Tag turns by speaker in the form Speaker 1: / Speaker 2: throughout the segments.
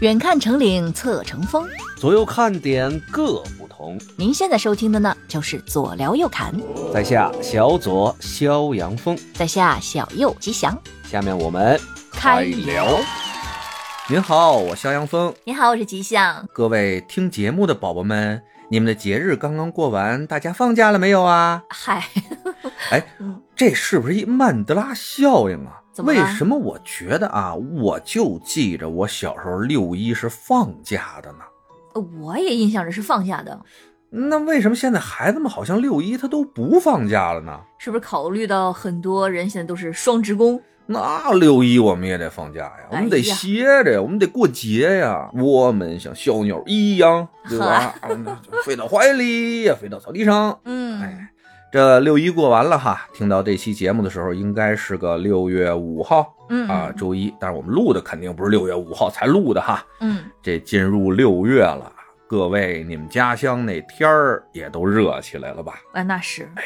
Speaker 1: 远看成岭侧成峰。
Speaker 2: 左右看点各不同。
Speaker 1: 您现在收听的呢，就是左聊右侃，
Speaker 2: 在下小左肖阳峰，
Speaker 1: 在下小右吉祥。
Speaker 2: 下面我们
Speaker 1: 开聊。
Speaker 3: 您好，我肖阳峰。
Speaker 1: 你好，我是吉祥。
Speaker 3: 各位听节目的宝宝们，你们的节日刚刚过完，大家放假了没有啊？
Speaker 1: 嗨，
Speaker 3: 哎，这是不是一曼德拉效应啊？
Speaker 1: 怎么
Speaker 3: 为
Speaker 1: 了
Speaker 3: 什么我觉得啊，我就记着我小时候六一是放假的呢？
Speaker 1: 我也印象着是放假的，
Speaker 3: 那为什么现在孩子们好像六一他都不放假了呢？
Speaker 1: 是不是考虑到很多人现在都是双职工？
Speaker 3: 那六一我们也得放假呀，我们得歇着呀，我们得过节呀。我们像小鸟一样，对吧？ 啊飞到怀里呀，飞到草地上。
Speaker 1: 嗯
Speaker 3: 哎，这六一过完了哈，听到这期节目的时候，应该是个六月五号
Speaker 1: 嗯
Speaker 3: 啊，周一。但是我们录的肯定不是六月五号才录的哈，
Speaker 1: 嗯，
Speaker 3: 这进入六月了，各位你们家乡那天儿也都热起来了吧？
Speaker 1: 啊，那是
Speaker 3: 哎，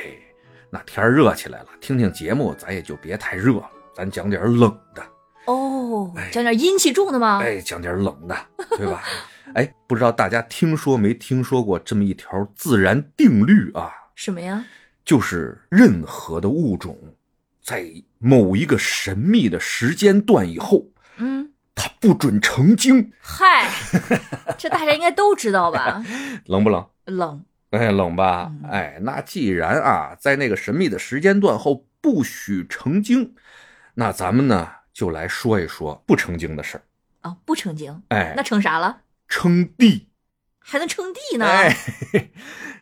Speaker 3: 那天儿热起来了，听听节目咱也就别太热了，咱讲点冷的。
Speaker 1: 哦
Speaker 3: 哎，
Speaker 1: 讲点阴气重的吗？
Speaker 3: 哎，讲点冷的，对吧？ 哎，不知道大家听说没听说过这么一条自然定律啊？
Speaker 1: 什么呀？
Speaker 3: 就是任何的物种，在某一个神秘的时间段以后，
Speaker 1: 嗯，
Speaker 3: 它不准成精，
Speaker 1: 嗨， 这大家应该都知道吧？
Speaker 3: 冷不冷？
Speaker 1: 冷，
Speaker 3: 哎，冷吧
Speaker 1: 嗯？
Speaker 3: 哎，那既然啊，在那个神秘的时间段后不许成精，那咱们呢就来说一说不成精的事儿。
Speaker 1: 啊，不成精，
Speaker 3: 哎
Speaker 1: 那，成啥了？
Speaker 3: 称帝。
Speaker 1: 还能称帝呢？
Speaker 3: 哎，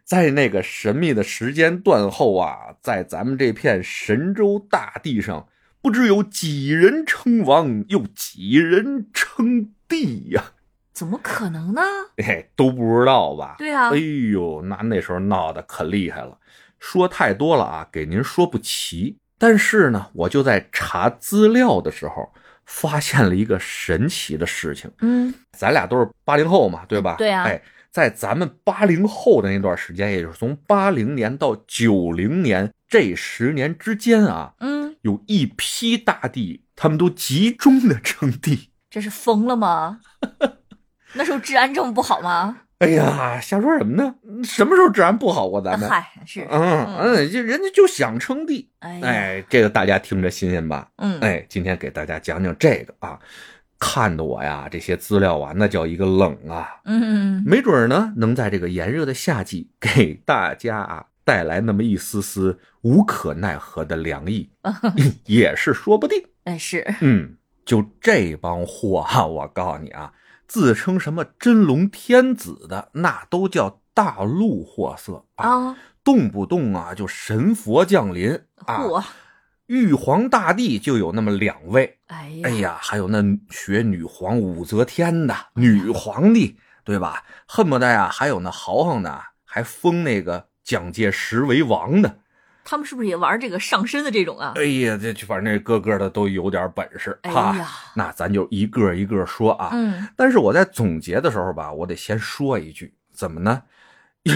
Speaker 3: 在那个神秘的时间段后啊，在咱们这片神州大地上，不知有几人称王，又几人称帝呀、
Speaker 1: 怎么可能呢？
Speaker 3: 哎，都不知道吧？
Speaker 1: 对啊
Speaker 3: 哎，呦，那那时候闹得可厉害了，说太多了啊，给您说不齐。但是呢，我就在查资料的时候，发现了一个神奇的事情。
Speaker 1: 嗯，
Speaker 3: 咱俩都是八零后嘛，对吧？
Speaker 1: 对啊
Speaker 3: 哎，在咱们八零后的那段时间，也就是从八零年到九零年这十年之间啊，
Speaker 1: 嗯，
Speaker 3: 有一批大帝，他们都集中的 称帝。
Speaker 1: 这是疯了吗？ 那时候治安这么不好吗？
Speaker 3: 哎呀，瞎说什么呢？什么时候治安不好过咱们？
Speaker 1: 啊嗨，是，
Speaker 3: 嗯嗯，就人家就想称帝。
Speaker 1: 哎呀，
Speaker 3: 哎，这个大家听着新鲜吧？
Speaker 1: 嗯，
Speaker 3: 哎，今天给大家讲讲这个啊，看的我呀，这些资料啊，那叫一个冷啊。
Speaker 1: 嗯，嗯，
Speaker 3: 没准儿呢，能在这个炎热的夏季给大家啊带来那么一丝丝无可奈何的凉意，嗯也是说不定。
Speaker 1: 哎是，
Speaker 3: 嗯，就这帮货啊，我告诉你啊，自称什么真龙天子的，那都叫大陆货色啊，
Speaker 1: 啊，
Speaker 3: 动不动啊就神佛降临啊，
Speaker 1: 嚯，
Speaker 3: 玉皇大帝就有那么两位，
Speaker 1: 哎
Speaker 3: 哎
Speaker 1: 呀，
Speaker 3: 呀，还有那学女皇武则天的女皇帝，对吧？恨不得呀，还有那豪横的，还封那个蒋介石为王的。
Speaker 1: 他们是不是也玩这个上身的这种啊
Speaker 3: 哎？呀，这反正这个个的都有点本事
Speaker 1: 哎
Speaker 3: 哈、
Speaker 1: 呀，
Speaker 3: 那咱就一个一个说啊。
Speaker 1: 嗯，
Speaker 3: 但是我在总结的时候吧，我得先说一句，怎么呢？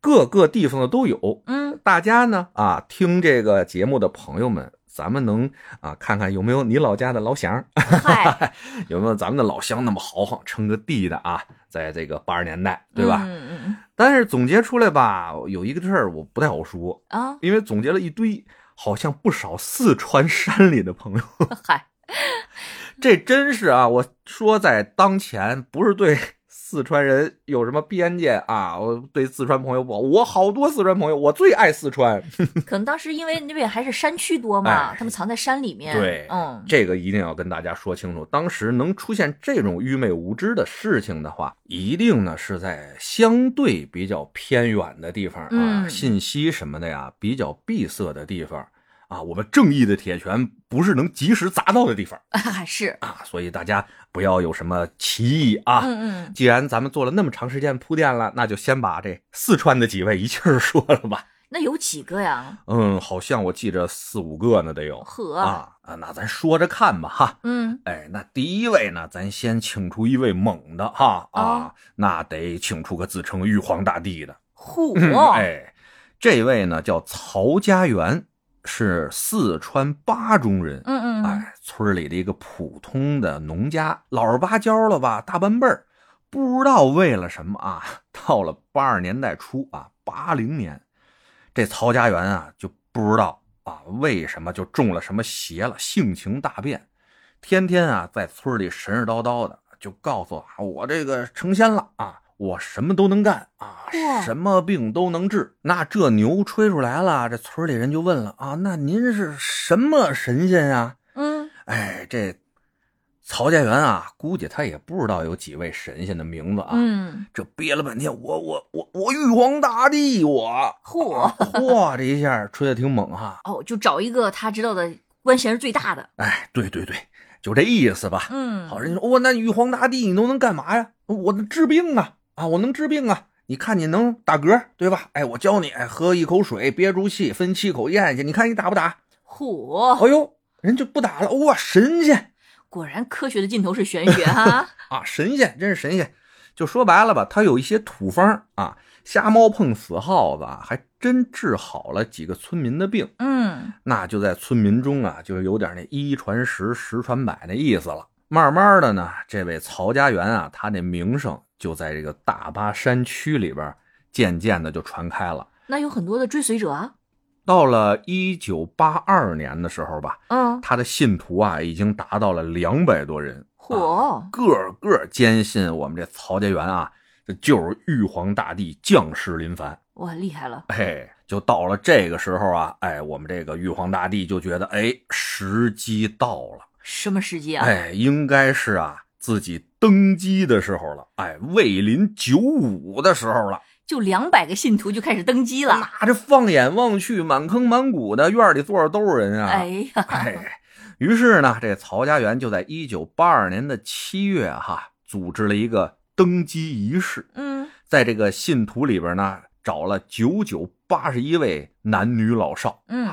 Speaker 3: 各个地方的都有，
Speaker 1: 嗯，
Speaker 3: 大家呢啊，听这个节目的朋友们，咱们能啊看看有没有你老家的老乡儿。
Speaker 1: 嗨，嗯
Speaker 3: 有没有咱们的老乡那么豪横，称个帝的啊？在这个八十年代，对吧？
Speaker 1: 嗯嗯嗯
Speaker 3: 但是总结出来吧，有一个事儿我不太好说，
Speaker 1: 啊，
Speaker 3: 因为总结了一堆，好像不少四川山里的朋友，
Speaker 1: 嗨，
Speaker 3: 这真是啊！我说在当前，不是对四川人有什么偏见啊，我对四川朋友不好，我好多四川朋友，我最爱四川，
Speaker 1: 可能当时因为那边还是山区多嘛，
Speaker 3: 哎
Speaker 1: 他们藏在山里面，
Speaker 3: 对
Speaker 1: 嗯，
Speaker 3: 这个一定要跟大家说清楚。当时能出现这种愚昧无知的事情的话，一定呢是在相对比较偏远的地方啊，
Speaker 1: 嗯
Speaker 3: 信息什么的呀比较闭塞的地方啊，我们正义的铁拳不是能及时砸到的地方
Speaker 1: 哎是，
Speaker 3: 啊，所以大家不要有什么歧义啊。
Speaker 1: 嗯嗯，
Speaker 3: 既然咱们做了那么长时间铺垫了，那就先把这四川的几位一气儿说了吧。
Speaker 1: 那有几个呀？
Speaker 3: 嗯，好像我记着四五个呢，得有
Speaker 1: 呵，
Speaker 3: 啊啊，那咱说着看吧哈。
Speaker 1: 嗯，
Speaker 3: 哎，那第一位呢，咱先请出一位猛的哈啊，
Speaker 1: 哦
Speaker 3: 那得请出个自称玉皇大帝的。哎
Speaker 1: 嚯，
Speaker 3: 哎，这位呢叫曹家元，是四川巴中人，
Speaker 1: 嗯嗯
Speaker 3: 哎，村里的一个普通的农家，老实巴交了吧，大半辈儿，不知道为了什么啊，到了八十年代初啊，八零年，这曹家园啊就不知道啊为什么就中了什么邪了，性情大变，天天啊在村里神神叨叨的，就告诉啊我这个成仙了啊，我什么都能干啊
Speaker 1: 哇，
Speaker 3: 什么病都能治。那这牛吹出来了，这村里人就问了啊，那您是什么神仙呀、
Speaker 1: 嗯
Speaker 3: 哎，这曹家园啊，估计他也不知道有几位神仙的名字啊。
Speaker 1: 嗯，
Speaker 3: 这憋了半天，我我我我玉皇大帝，我
Speaker 1: 嚯
Speaker 3: 啊嚯，这一下吹的挺猛哈、
Speaker 1: 哦，就找一个他知道的关系是最大的，
Speaker 3: 哎，对对对，就这意思吧。
Speaker 1: 嗯，
Speaker 3: 好，人家说哇，那玉皇大帝你都能干嘛呀？我能治病啊啊，我能治病啊！你看你能打嗝对吧？哎，我教你，哎，喝一口水憋住气，分七口咽下去，你看你打不打？
Speaker 1: 嚯，
Speaker 3: 哎呦，人就不打了，哇，神仙！
Speaker 1: 果然科学的尽头是玄学哈，
Speaker 3: 啊，神仙真是神仙。就说白了吧，他有一些土方儿啊，瞎猫碰死耗子啊，还真治好了几个村民的病。
Speaker 1: 嗯
Speaker 3: 那就在村民中啊，就是有点那一传十，十传百的意思了。慢慢的呢，这位曹家园啊，他那名声就在这个大巴山区里边儿渐渐的就传开了。
Speaker 1: 那有很多的追随者啊，
Speaker 3: 到了一九八二年的时候吧，
Speaker 1: 嗯，
Speaker 3: 他的信徒啊已经达到了两百多人。
Speaker 1: 嚯，
Speaker 3: 个个坚信我们这曹家园啊，这就是玉皇大帝降世临凡。
Speaker 1: 哇，厉害了，
Speaker 3: 哎，就到了这个时候啊，哎，我们这个玉皇大帝就觉得，哎，时机到了，
Speaker 1: 什么时机啊？
Speaker 3: 哎，应该是啊自己登基的时候了，哎，位临九五的时候了。
Speaker 1: 就两百个信徒就开始登基了，
Speaker 3: 那这放眼望去，满坑满谷的院里坐着都是人啊。
Speaker 1: 哎呀，
Speaker 3: 哎，于是呢，这曹家园就在一九八二年的七月哈，组织了一个登基仪式，
Speaker 1: 嗯，
Speaker 3: 在这个信徒里边呢，找了九九八十一位男女老少，
Speaker 1: 嗯，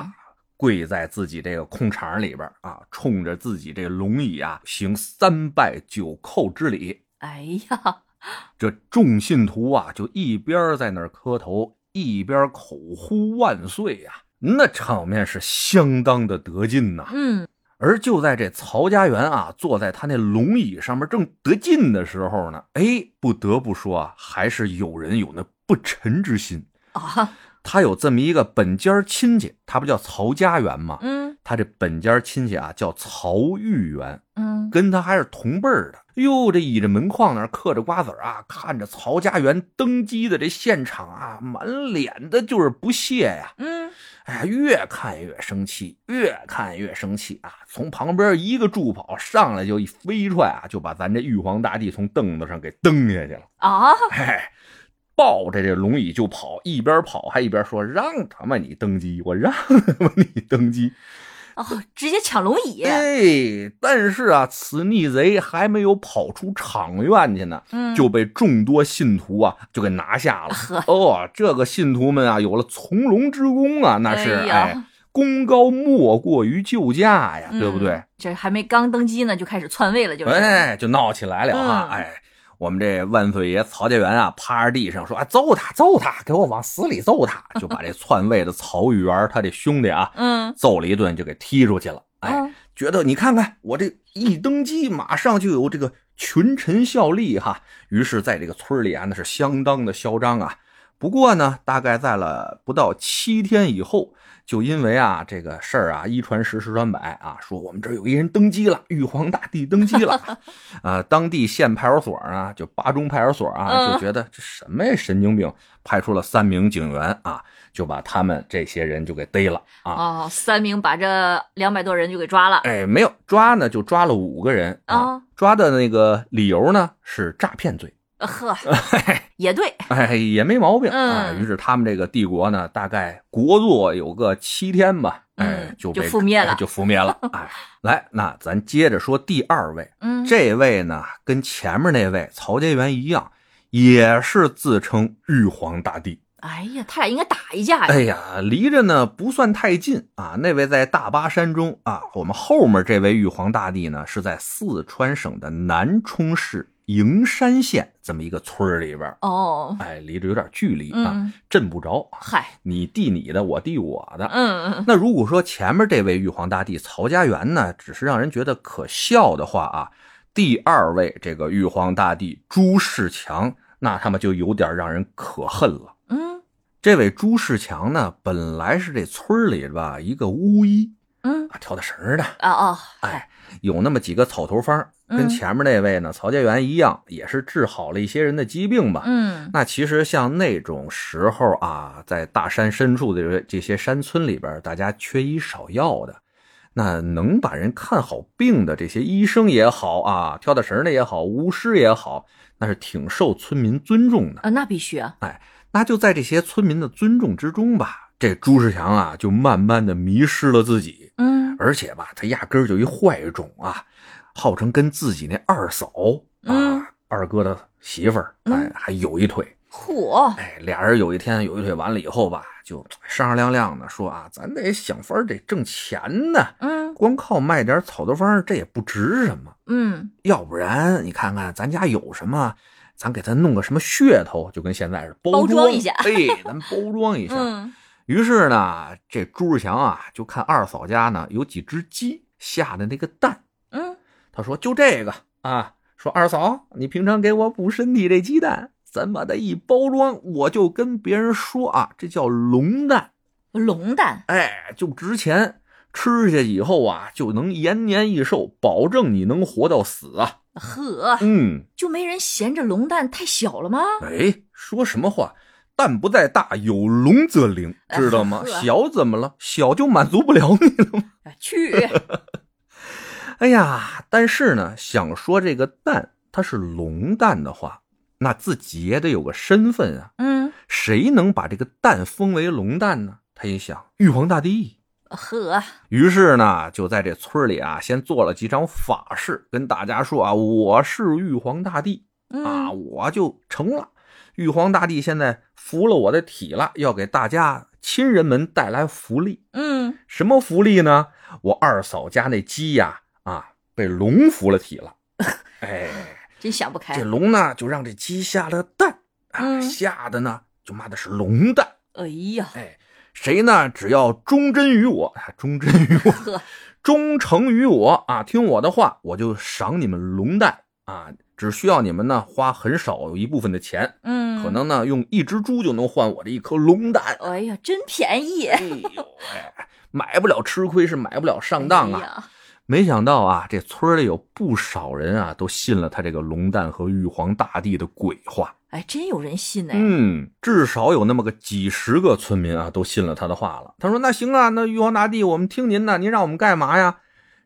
Speaker 3: 跪在自己这个空场里边啊，冲着自己这个龙椅啊，行三拜九叩之礼。
Speaker 1: 哎呀，
Speaker 3: 这众信徒啊，就一边在那儿磕头，一边口呼万岁呀、那场面是相当的得劲呐、
Speaker 1: 嗯，
Speaker 3: 而就在这曹家园啊，坐在他那龙椅上面正得劲的时候呢，哎，不得不说啊，还是有人有那不臣之心。
Speaker 1: 啊，
Speaker 3: 他有这么一个本家亲戚，他不叫曹家园吗？
Speaker 1: 嗯
Speaker 3: 他这本家亲戚啊叫曹玉元，
Speaker 1: 嗯，
Speaker 3: 跟他还是同辈儿的。哟，这倚着门框那儿嗑着瓜子儿啊，看着曹家园登基的这现场啊，满脸的就是不屑呀、
Speaker 1: 嗯，
Speaker 3: 哎呀，越看越生气，越看越生气啊！从旁边一个助跑上来就一飞踹啊，就把咱这玉皇大帝从凳子上给蹬下去了。
Speaker 1: 啊，
Speaker 3: 哎， 抱着这龙椅就跑，一边跑还一边说：“让他妈你登基，我让他妈你登 基。
Speaker 1: 哦，直接抢龙”椅，
Speaker 3: 哎，但是啊，此逆贼还没有跑出场院去呢，
Speaker 1: 嗯，
Speaker 3: 就被众多信徒啊就给拿下 了。
Speaker 1: 呵
Speaker 3: 哦，这个信徒们啊，有了从龙之功啊，那是
Speaker 1: 哎
Speaker 3: 哎
Speaker 1: 呀
Speaker 3: 功高莫过于救驾呀，
Speaker 1: 嗯
Speaker 3: 对不对？？
Speaker 1: 这还没刚登基呢，就开始篡位了，就是。
Speaker 3: 哎，就闹起来了哈！
Speaker 1: 嗯
Speaker 3: 哎，我们这万岁爷曹家元啊，趴着地上说：“啊，揍他，揍他，给我往死里揍他！”就把这篡位的曹玉元他这兄弟啊，
Speaker 1: 嗯，
Speaker 3: 揍了一顿，就给踢出去了。哎，
Speaker 1: 嗯，
Speaker 3: 觉得你看看我这一登基，马上就有这个群臣效力哈。于是，在这个村里啊，那是相当的嚣张啊。不过呢，大概在了不到七天以后，就因为啊这个事儿啊，一传十，十传百啊，说我们这儿有一人登基了，玉皇大帝登基了，啊，当地县派出所啊，就巴中派出所啊，
Speaker 1: 嗯
Speaker 3: 就觉得这什么呀，神经病，派出了三名警员啊，就把他们这些人就给逮了啊。
Speaker 1: 哦，三名把这两百多人就给抓了。
Speaker 3: 哎，没有抓呢，就抓了五个人啊。
Speaker 1: 啊
Speaker 3: 抓的那个理由呢是诈骗罪，
Speaker 1: 呃 呵，也对，
Speaker 3: 哎，也没毛病啊。
Speaker 1: 嗯
Speaker 3: 于是他们这个帝国呢，大概国祚有个七天吧，哎
Speaker 1: 嗯，
Speaker 3: 被
Speaker 1: 就覆灭了
Speaker 3: 哎就覆 灭了。哎，来，那咱接着说第二位，
Speaker 1: 嗯，
Speaker 3: 这位呢跟前面那位曹家元一样，也是自称玉皇大帝。
Speaker 1: 哎呀，他俩应该打一架呀。
Speaker 3: 哎呀，离着呢不算太近啊。那位在大巴山中啊，我们后面这位玉皇大帝呢是在四川省的南充市营山县这么一个村儿里边儿，
Speaker 1: 哦，
Speaker 3: 哎，离着有点距离啊，
Speaker 1: 嗯，
Speaker 3: 镇不着啊。
Speaker 1: 嗨，
Speaker 3: 你递你的，我递我的。
Speaker 1: 嗯嗯
Speaker 3: 那如果说前面这位玉皇大帝曹家元呢，只是让人觉得可笑的话啊，第二位这个玉皇大帝朱世强，那他妈就有点让人可恨了。
Speaker 1: 嗯
Speaker 3: 这位朱世强呢，本来是这村儿里吧一个巫医
Speaker 1: 嗯，
Speaker 3: 啊，跳的绳儿的，
Speaker 1: 啊哦，
Speaker 3: 哎，有那么几个草头方儿，跟
Speaker 1: 嗯
Speaker 3: 前面那位呢曹家元一样，也是治好了一些人的疾病吧。
Speaker 1: 嗯
Speaker 3: 那其实像那种时候啊，在大山深处的这些山村里边，大家缺医少药的，那能把人看好病的这些医生也好啊，跳大神的也好，巫师也好，那是挺受村民尊重的。
Speaker 1: 啊，那必须啊，
Speaker 3: 那就在这些村民的尊重之中吧，这朱世强啊，就慢慢的迷失了自己，
Speaker 1: 嗯
Speaker 3: 而且吧，他压根儿就一坏种啊，号称跟自己那二嫂啊、
Speaker 1: 嗯
Speaker 3: 二哥的媳妇儿，哎
Speaker 1: 嗯，
Speaker 3: 还有一腿。
Speaker 1: 嚯，
Speaker 3: 哎，俩人有一天有一腿完了以后吧，就商商量量的说啊，咱得想法儿得挣钱呢，
Speaker 1: 嗯
Speaker 3: 光靠卖点草头方儿这也不值什么。
Speaker 1: 嗯
Speaker 3: 要不然你看看咱家有什么，咱给他弄个什么噱头，就跟现在似的，
Speaker 1: 包
Speaker 3: 装
Speaker 1: 装一 下
Speaker 3: 哎，咱包装一下。
Speaker 1: 嗯
Speaker 3: 于是呢，这朱世强啊，就看二嫂家呢有几只鸡下的那个蛋，
Speaker 1: 嗯
Speaker 3: 他说就这个啊，说二嫂，你平常给我补身体这鸡蛋，咱把它一包装，我就跟别人说啊，这叫龙蛋，
Speaker 1: 龙蛋，
Speaker 3: 哎，就值钱，吃下以后啊，就能延年益寿，保证你能活到死啊。
Speaker 1: 呵，
Speaker 3: 嗯，
Speaker 1: 就没人嫌这龙蛋太小了吗？
Speaker 3: 哎，说什么话？蛋不在大，有龙则灵，
Speaker 1: 哎
Speaker 3: 知道吗？
Speaker 1: 呵
Speaker 3: 小怎么了？小就满足不了你了。
Speaker 1: 啊去，
Speaker 3: 哎呀，但是呢，想说这个蛋它是龙蛋的话，那自己也得有个身份啊。
Speaker 1: 嗯
Speaker 3: 谁能把这个蛋封为龙蛋呢？他一想，玉皇大帝。
Speaker 1: 呵，
Speaker 3: 于是呢，就在这村里啊，先做了几场法事，跟大家说啊，我是玉皇大帝啊，
Speaker 1: 嗯
Speaker 3: 我就成了。玉皇大帝现在服了我的体了，要给大家亲人们带来福利。
Speaker 1: 嗯，
Speaker 3: 什么福利呢？我二嫂家那鸡呀、啊，被龙服了 体了。哎，
Speaker 1: 真想不开
Speaker 3: 这，龙呢就让这鸡下了蛋，啊，
Speaker 1: 嗯
Speaker 3: 下的呢就妈的是龙蛋。
Speaker 1: 哎呀，
Speaker 3: 哎，谁呢？只要忠贞于我，啊忠贞于我，
Speaker 1: 呵，
Speaker 3: 忠诚于我啊，听我的话，我就赏你们龙蛋啊。只需要你们呢花很少一部分的钱，
Speaker 1: 嗯，
Speaker 3: 可，能呢用一只猪就能换我这一颗龙蛋。
Speaker 1: 哎呀，真便宜，
Speaker 3: 哎呦哎，买不了吃亏是买不了上当
Speaker 1: 哎
Speaker 3: 啊！
Speaker 1: 呀
Speaker 3: 没想到啊，这村里有不少人啊，都信了他这个龙蛋和玉皇大帝的鬼话。
Speaker 1: 哎，真有人信呢，
Speaker 3: 嗯，至少有那么个几十个村民啊，都信了他的话了。他说：“那行啊，那玉皇大帝，我们听您的，您让我们干嘛呀？”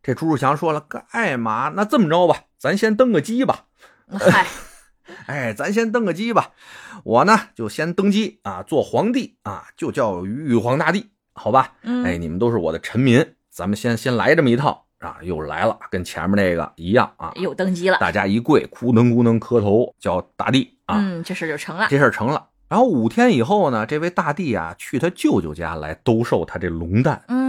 Speaker 3: 这朱世强说了：“干嘛？那这么着吧，咱先登个基吧。
Speaker 1: 嗨，
Speaker 3: 哎，咱先登个基吧。我呢，就先登基啊，做皇帝啊，就叫玉皇大帝，好吧？
Speaker 1: 嗯，
Speaker 3: 哎，你们都是我的臣民，咱们先先来这么一套啊！又来了，跟前面那个一样啊，
Speaker 1: 有登基了，
Speaker 3: 大家一跪，咕噔咕噔磕头，叫大帝啊，
Speaker 1: 嗯，这事儿就成了，
Speaker 3: 这事儿成了。然后五天以后呢，这位大帝啊，去他舅舅家来兜售他这龙蛋。
Speaker 1: 嗯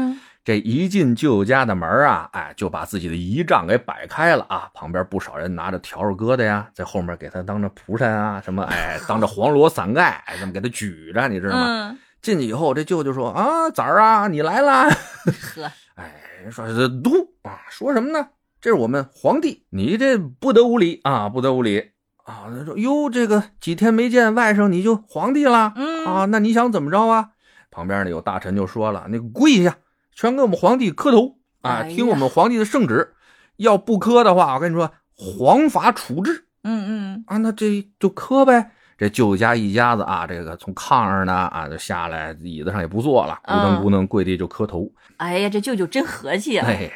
Speaker 3: 这一进舅舅家的门啊，哎，就把自己的仪仗给摆开了啊。旁边不少人拿着笤帚疙瘩呀，在后面给他当着蒲扇啊，什么哎，当着黄罗伞盖，哎，这么给他举着，你知道吗？
Speaker 1: 嗯，
Speaker 3: 进去以后，这舅舅说啊，崽儿啊，你来啦。
Speaker 1: 呵，
Speaker 3: 哎，说这都啊，说什么呢？这是我们皇帝，你这不得无礼啊，不得无礼啊！他说哟，这个几天没见外甥，你就皇帝啦、
Speaker 1: 嗯
Speaker 3: 啊？那你想怎么着啊？旁边呢有大臣就说了，那个跪下，全给我们皇帝磕头啊，
Speaker 1: 哎呀
Speaker 3: 听我们皇帝的圣旨。要不磕的话，我跟你说，皇法处置
Speaker 1: 嗯
Speaker 3: 啊。那这就磕呗。这舅家一家子啊，这个从炕上呢啊就下来，椅子上也不坐了，咕噔
Speaker 1: 嗯
Speaker 3: 咕噔跪地就磕头。
Speaker 1: 嗯，哎呀，这舅舅真和气啊，
Speaker 3: 哎呀，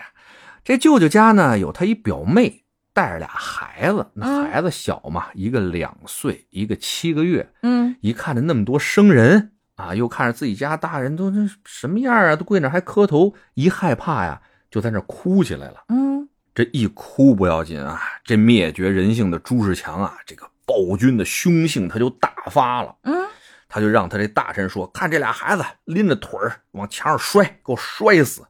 Speaker 3: 这舅舅家呢有他一表妹，带着俩孩子，那
Speaker 1: 嗯
Speaker 3: 孩子小嘛，一个两岁，一个七个月。
Speaker 1: 嗯
Speaker 3: 一看着那么多生人啊，又看着自己家大人都这什么样啊，都跪那儿还磕头，一害怕呀，就在那儿哭起来了。
Speaker 1: 嗯，
Speaker 3: 这一哭不要紧啊，这灭绝人性的朱世强啊，这个暴君的凶性他就大发了。
Speaker 1: 嗯，
Speaker 3: 他就让他这大臣说：“看这俩孩子拎着腿儿往墙上摔，给我摔死！”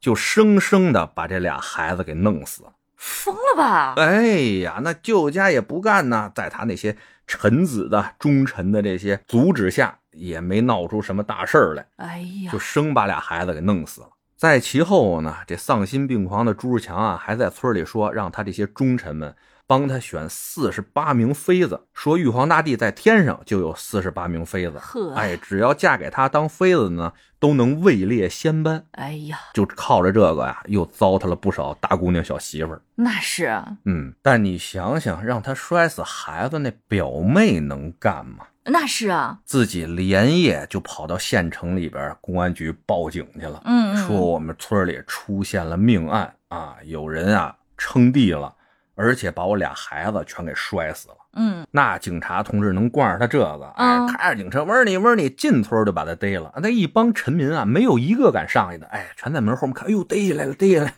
Speaker 3: 就生生的把这俩孩子给弄死了，
Speaker 1: 疯了吧？
Speaker 3: 哎呀，那舅家也不干呐，在他那些臣子的忠臣的这些阻止下，也没闹出什么大事儿来，
Speaker 1: 哎呀
Speaker 3: 就，生把俩孩子给弄死了。在其后呢，这丧心病狂的朱世强啊，还在村里说，让他这些忠臣们帮他选四十八名妃子，说玉皇大帝在天上就有四十八名妃子，
Speaker 1: 呵，
Speaker 3: 哎，只要嫁给他当妃子呢，都能位列仙班。
Speaker 1: 哎呀，
Speaker 3: 就靠着这个呀、又糟蹋了不少大姑娘小媳妇儿。
Speaker 1: 那是啊
Speaker 3: 嗯，但你想想，让他摔死孩子那表妹能干吗？
Speaker 1: 那是啊，
Speaker 3: 自己连夜就跑到县城里边公安局报警去了，
Speaker 1: 嗯
Speaker 3: 说
Speaker 1: 嗯，
Speaker 3: 我们村里出现了命案啊，有人啊称帝了，而且把我俩孩子全给摔死了。
Speaker 1: 嗯，
Speaker 3: 那警察同志能惯着他这个，哎
Speaker 1: 嗯，
Speaker 3: 开着警车，嗡儿你嗡儿你，进村就把他逮了。那一帮臣民啊，没有一个敢上去的，哎，全在门后面看，哎呦，逮起来了，逮起来了，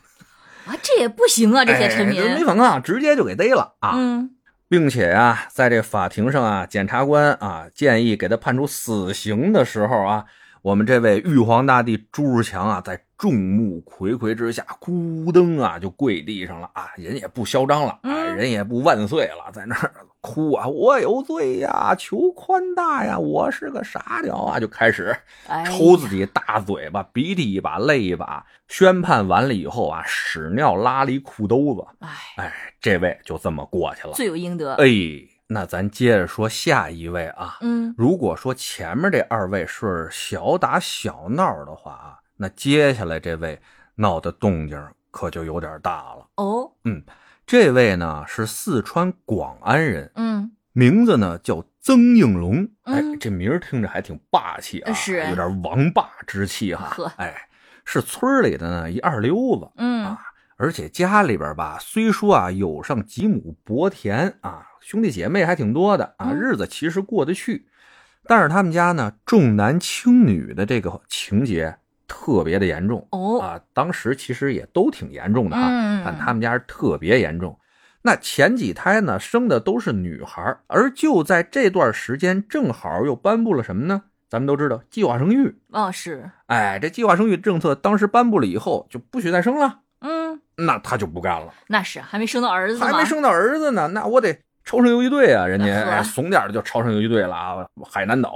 Speaker 1: 啊，这也不行啊，这些臣
Speaker 3: 哎
Speaker 1: 民，
Speaker 3: 这没反抗，直接就给逮了啊。
Speaker 1: 嗯，
Speaker 3: 并且啊，在这法庭上啊，检察官啊建议给他判处死刑的时候啊，我们这位玉皇大帝朱世强啊，在众目睽睽之下，咕噔啊就跪地上了啊，人也不嚣张了，啊，
Speaker 1: 嗯
Speaker 3: 人也不万岁了，在那儿哭啊，我有罪呀，求宽大呀，我是个傻鸟啊，就开始
Speaker 1: 哎呀，
Speaker 3: 抽自己大嘴巴，鼻涕一把泪一把。宣判完了以后啊，屎尿拉了一裤兜子，
Speaker 1: 哎，
Speaker 3: 哎，这位就这么过去了。
Speaker 1: 罪有应得，
Speaker 3: 哎，那咱接着说下一位啊。
Speaker 1: 嗯，
Speaker 3: 如果说前面这二位是小打小闹的话啊，那接下来这位闹的动静可就有点大了。
Speaker 1: 哦，
Speaker 3: 这位呢是四川广安人，
Speaker 1: 嗯，
Speaker 3: 名字呢叫曾应龙。哎
Speaker 1: 嗯，
Speaker 3: 这名儿听着还挺霸气啊，
Speaker 1: 是
Speaker 3: 有点王霸之气哈、
Speaker 1: 呵
Speaker 3: 哎，是村里的呢一二流子，
Speaker 1: 嗯
Speaker 3: 啊，而且家里边吧，虽说啊有上几亩薄田啊，兄弟姐妹还挺多的啊，
Speaker 1: 嗯
Speaker 3: 日子其实过得去，但是他们家呢重男轻女的这个情节特别的严重
Speaker 1: 哦，
Speaker 3: 啊，当时其实也都挺严重的啊，
Speaker 1: 嗯
Speaker 3: 但他们家是特别严重。那前几胎呢生的都是女孩儿，而就在这段时间，正好又颁布了什么呢？咱们都知道计划生育，
Speaker 1: 哦是，
Speaker 3: 哎，这计划生育政策当时颁布了以后，就不许再生了。
Speaker 1: 嗯，
Speaker 3: 那他就不干了，
Speaker 1: 那是还没生到儿子
Speaker 3: 还
Speaker 1: 嘛
Speaker 3: 没，生到儿子呢，那我得超生游击队啊！人家、
Speaker 1: 呵
Speaker 3: 哎、怂点儿的就超生游击队了啊，海南岛、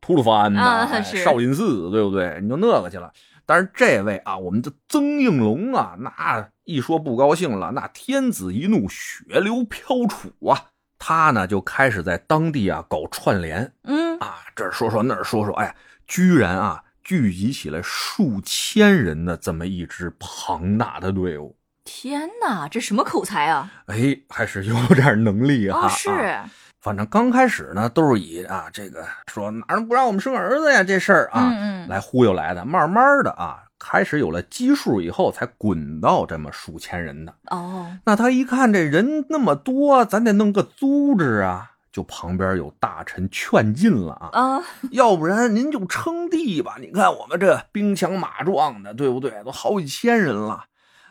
Speaker 3: 吐鲁番呐、
Speaker 1: 啊
Speaker 3: 哎
Speaker 1: 是
Speaker 3: 少林寺，对不对？你就那个去了。但是这位啊，我们的曾应龙啊，那一说不高兴了，那天子一怒，血流飘杵啊！他呢就开始在当地啊搞串联
Speaker 1: 嗯，
Speaker 3: 啊，这儿说说那儿说说，哎，居然啊聚集起来数千人的这么一支庞大的队伍。
Speaker 1: 天哪，这什么口才啊？
Speaker 3: 哎，还是有点能力哈、
Speaker 1: 哦
Speaker 3: 啊。
Speaker 1: 是，
Speaker 3: 反正刚开始呢，都是以啊这个说哪能不让我们生儿子呀这事儿啊、
Speaker 1: 嗯嗯，
Speaker 3: 来忽悠来的。慢慢的啊，开始有了基数以后，才滚到这么数千人的。
Speaker 1: 哦，
Speaker 3: 那他一看这人那么多，咱得弄个组织啊。就旁边有大臣劝进了啊，
Speaker 1: 啊，
Speaker 3: 要不然您就称帝吧。你看我们这兵强马壮的，对不对？都好几千人了。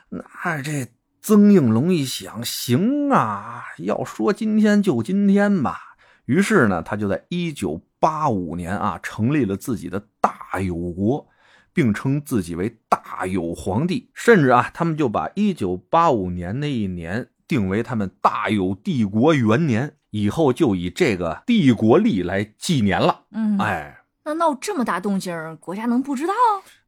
Speaker 3: 那这曾应龙一想，行啊，要说今天就今天吧。于是呢，他就在一九八五年啊，成立了自己的大有国，并称自己为大有皇帝。甚至啊，他们就把一九八五年那一年定为他们大有帝国元年，以后就以这个帝国历来纪年了。
Speaker 1: 嗯，
Speaker 3: 哎，
Speaker 1: 那闹这么大动静儿，国家能不知道？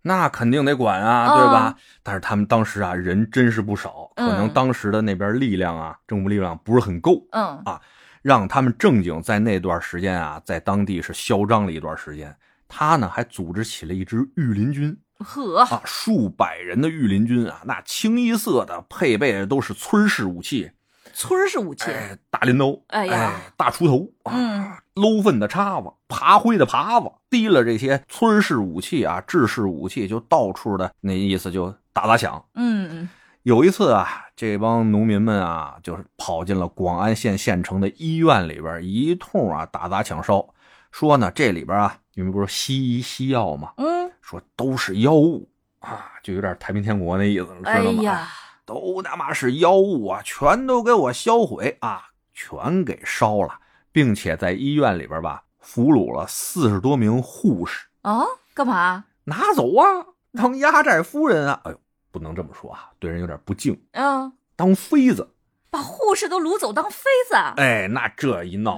Speaker 3: 那肯定得管啊，
Speaker 1: 啊
Speaker 3: 对吧？但是他们当时啊，人真是不少，可
Speaker 1: 嗯
Speaker 3: 能当时的那边力量啊，政府力量不是很够，
Speaker 1: 嗯
Speaker 3: 啊让他们正经在那段时间啊，在当地是嚣张了一段时间。他呢还组织起了一支御林军
Speaker 1: 呵，
Speaker 3: 啊，数百人的御林军啊，那清一色的配备的都是村式武器，
Speaker 1: 村儿是武器，
Speaker 3: 哎，大镰刀，
Speaker 1: 哎呀
Speaker 3: 大锄头，啊
Speaker 1: 嗯，
Speaker 3: 搂粪的叉子、爬灰的耙子，提了这些村式武器啊、制式武器，就到处的那意思就打砸抢。
Speaker 1: 嗯，
Speaker 3: 有一次啊，这帮农民们啊，就是跑进了广安县县城的医院里边，一通啊打砸抢烧，说呢这里边啊，你们不是西医西药吗？
Speaker 1: 嗯，
Speaker 3: 说都是药物啊，就有点太平天国那意思，知道吗？
Speaker 1: 哎呀，
Speaker 3: 都他妈是妖物啊，全都给我销毁啊，全给烧了，并且在医院里边吧俘虏了四十多名护士，
Speaker 1: 啊，干嘛？
Speaker 3: 拿走啊，当压寨夫人啊。哎呦，不能这么说啊，对人有点不敬。
Speaker 1: 嗯，
Speaker 3: 当妃子。
Speaker 1: 把护士都掳走当妃子，啊？
Speaker 3: 哎，那这一闹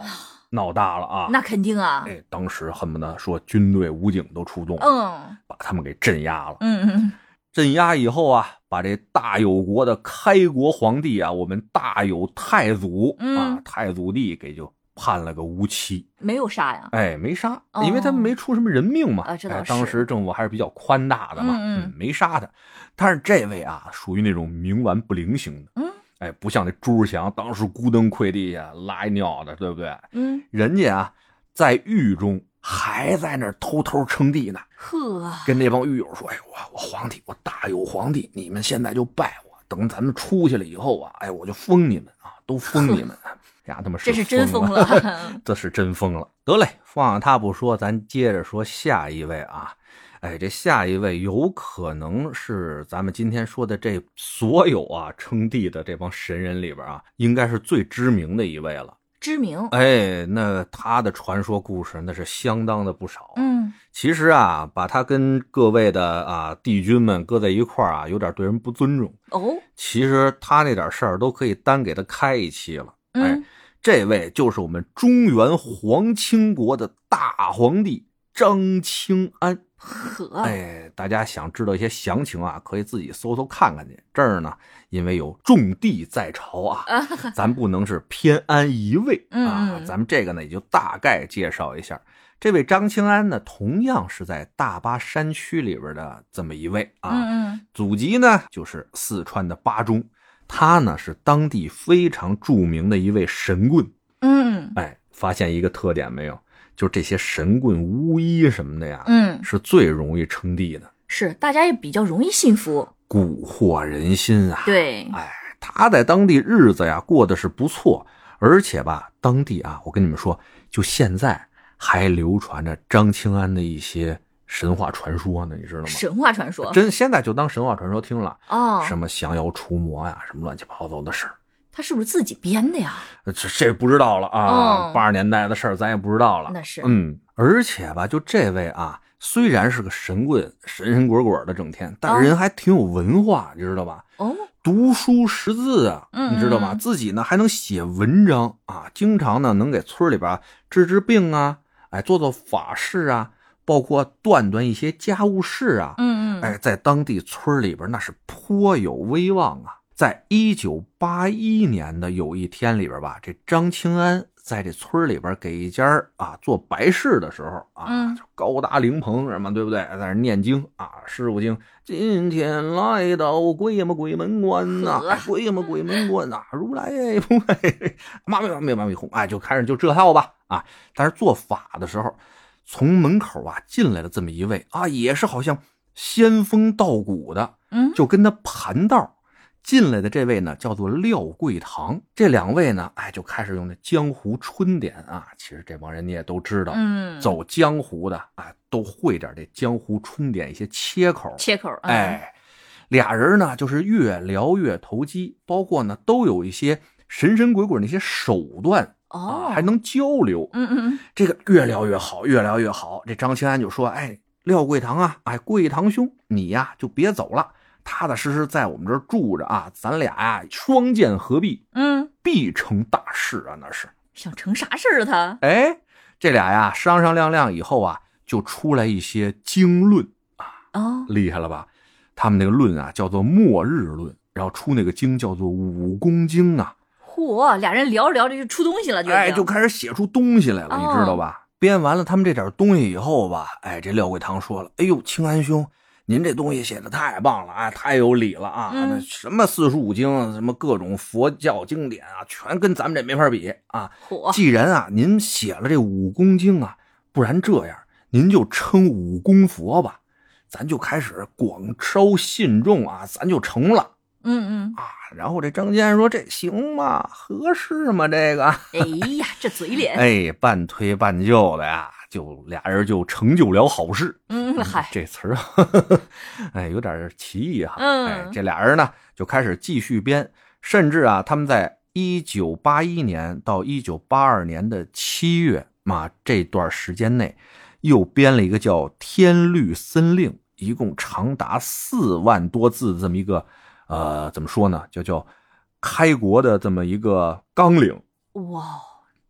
Speaker 3: 闹大了啊！
Speaker 1: 那肯定啊。
Speaker 3: 哎，当时恨不得说军队、武警都出动，
Speaker 1: 嗯
Speaker 3: 把他们给镇压了。
Speaker 1: 嗯嗯，
Speaker 3: 镇压以后啊，把这大有国的开国皇帝啊，我们大有太祖、啊
Speaker 1: 嗯，
Speaker 3: 太祖帝给就判了个无期。
Speaker 1: 没有杀呀。
Speaker 3: 哎，没杀，
Speaker 1: 哦
Speaker 3: 因为他没出什么人命嘛。
Speaker 1: 啊这倒
Speaker 3: 哎
Speaker 1: 是
Speaker 3: 当时政府还是比较宽大的嘛，
Speaker 1: 嗯嗯
Speaker 3: 没杀他。但是这位啊，属于那种冥顽不灵型的，
Speaker 1: 嗯
Speaker 3: 哎，不像那朱世强当时孤灯跪地呀，拉一尿的，对不对？
Speaker 1: 嗯，
Speaker 3: 人家啊，在狱中还在那儿偷偷称帝呢，
Speaker 1: 呵，
Speaker 3: 跟那帮狱友说：“哎，我我皇帝，我大有皇帝，你们现在就拜我，等咱们出去了以后啊，哎，我就封你们啊，都封 你们。”呀，他妈
Speaker 1: 这是真
Speaker 3: 疯。
Speaker 1: 疯了。
Speaker 3: 这是真疯了。得嘞，放下他不说，咱接着说下一位啊。哎，这下一位有可能是咱们今天说的这所有啊称帝的这帮神人里边啊，应该是最知名的一位了。
Speaker 1: 知名，
Speaker 3: 哎，那他的传说故事那是相当的不少。啊
Speaker 1: 嗯
Speaker 3: 其实啊，把他跟各位的啊帝君们搁在一块儿啊，有点对人不尊重。
Speaker 1: 哦，
Speaker 3: 其实他那点事儿都可以单给他开一期了。哎
Speaker 1: 嗯，
Speaker 3: 这位就是我们中原皇清国的大皇帝张清安。
Speaker 1: 呵，
Speaker 3: 哎，大家想知道一些详情啊，可以自己搜搜看看去。这儿呢，因为有重地在朝啊，
Speaker 1: 啊，
Speaker 3: 咱不能是偏安一味
Speaker 1: 嗯
Speaker 3: 啊。
Speaker 1: 嗯
Speaker 3: 咱们这个呢，也就大概介绍一下。这位张清安呢，同样是在大巴山区里边的这么一位啊。
Speaker 1: 嗯嗯，
Speaker 3: 祖籍呢就是四川的巴中，他呢是当地非常著名的一位神棍。
Speaker 1: 嗯
Speaker 3: 哎，发现一个特点没有，就是这些神棍、巫医什么的呀，
Speaker 1: 嗯，
Speaker 3: 是最容易称帝的，
Speaker 1: 是，大家也比较容易信服，
Speaker 3: 蛊惑人心啊。，
Speaker 1: 对，
Speaker 3: 哎，他在当地日子呀过得是不错，而且吧，当地啊，我跟你们说，就现在还流传着张清安的一些神话传说呢，你知道吗？
Speaker 1: 神话传说，
Speaker 3: 真现在就当神话传说听了。
Speaker 1: 哦，
Speaker 3: 什么降妖除魔呀，什么乱七八糟的事儿，
Speaker 1: 他是不是自己编的呀？
Speaker 3: 呃这这不知道了啊。
Speaker 1: 哦
Speaker 3: 八十、年代的事儿咱也不知道了。
Speaker 1: 那是
Speaker 3: 嗯，而且吧，就这位啊，虽然是个神棍，神神鬼鬼的，整天，
Speaker 1: 嗯
Speaker 3: 但是人还挺有文化，你知道吧？
Speaker 1: 哦，
Speaker 3: 读书识字啊，
Speaker 1: 嗯
Speaker 3: 你知道吗？
Speaker 1: 嗯嗯
Speaker 3: 自己呢还能写文章啊，经常呢能给村里边啊治治病啊，哎，做做法事啊，包括断断一些家务事啊，
Speaker 1: 嗯嗯，
Speaker 3: 哎，在当地村里边那是颇有威望啊。在一九八一年的有一天里边吧，这张清安在这村里边给一家儿啊做白事的时候啊，
Speaker 1: 嗯
Speaker 3: 就高搭灵棚什么，对不对？在那念经啊，师傅经，今天来到鬼么鬼门关呐、
Speaker 1: 呵
Speaker 3: 哎鬼么鬼门关呐、如来耶如来耶，妈咪妈咪妈咪哄，哎，就开始就这套吧啊。但是做法的时候，从门口啊进来了这么一位啊，也是好像仙风道骨的，
Speaker 1: 嗯，
Speaker 3: 就跟他盘道。进来的这位呢，叫做廖桂堂。这两位呢，哎，就开始用那江湖春典啊。其实这帮人你也都知道，
Speaker 1: 嗯，
Speaker 3: 走江湖的啊，都会点这江湖春典一些切口。
Speaker 1: 切口，嗯，
Speaker 3: 哎，俩人呢就是越聊越投机，包括呢都有一些神神鬼鬼那些手段
Speaker 1: 哦
Speaker 3: 啊，，还，能交流。
Speaker 1: 嗯嗯
Speaker 3: 这个越聊越好，越聊越好。这张清安就说：“哎，廖桂堂啊，哎，桂堂兄，你呀就别走了，踏踏实实在我们这儿住着啊，咱俩呀、双剑合璧，
Speaker 1: 嗯，
Speaker 3: 必成大事啊，那是。”
Speaker 1: 想成啥事儿啊他？
Speaker 3: 哎，这俩呀商商量量以后啊，就出来一些经论，
Speaker 1: 哦，
Speaker 3: 厉害了吧？他们那个论啊叫做末日论，然后出那个经叫做五功经啊，
Speaker 1: 嚯，俩人聊着聊着就出东西了，就已经
Speaker 3: 哎，就开始写出东西来了，
Speaker 1: 哦
Speaker 3: 你知道吧？编完了他们这点东西以后吧，哎，这廖桂堂说了，哎呦，清安兄，您这东西写的太棒了啊，太有理了啊！
Speaker 1: 嗯
Speaker 3: 那什么四书五经啊，什么各种佛教经典啊，全跟咱们这没法比啊。
Speaker 1: 嚯，
Speaker 3: 既然啊，您写了这五功经啊，不然这样，您就称五功佛吧，咱就开始广收信众啊，咱就成了
Speaker 1: 嗯嗯，
Speaker 3: 啊。然后这张先生说：“这行吗？合适吗？这个？”
Speaker 1: 哎呀，这嘴脸，
Speaker 3: 哎，半推半就的呀，就俩人就成就了好事。
Speaker 1: 嗯，嗨，
Speaker 3: 这词儿啊， 哎，有点歧义哈。
Speaker 1: 嗯
Speaker 3: 哎，这俩人呢就开始继续编，甚至啊，他们在一九八一年到一九八二年的七月嘛这段时间内，又编了一个叫《天律森令》，一共长达四万多字这么一个，呃，怎么说呢？就叫开国的这么一个纲领，
Speaker 1: 哇，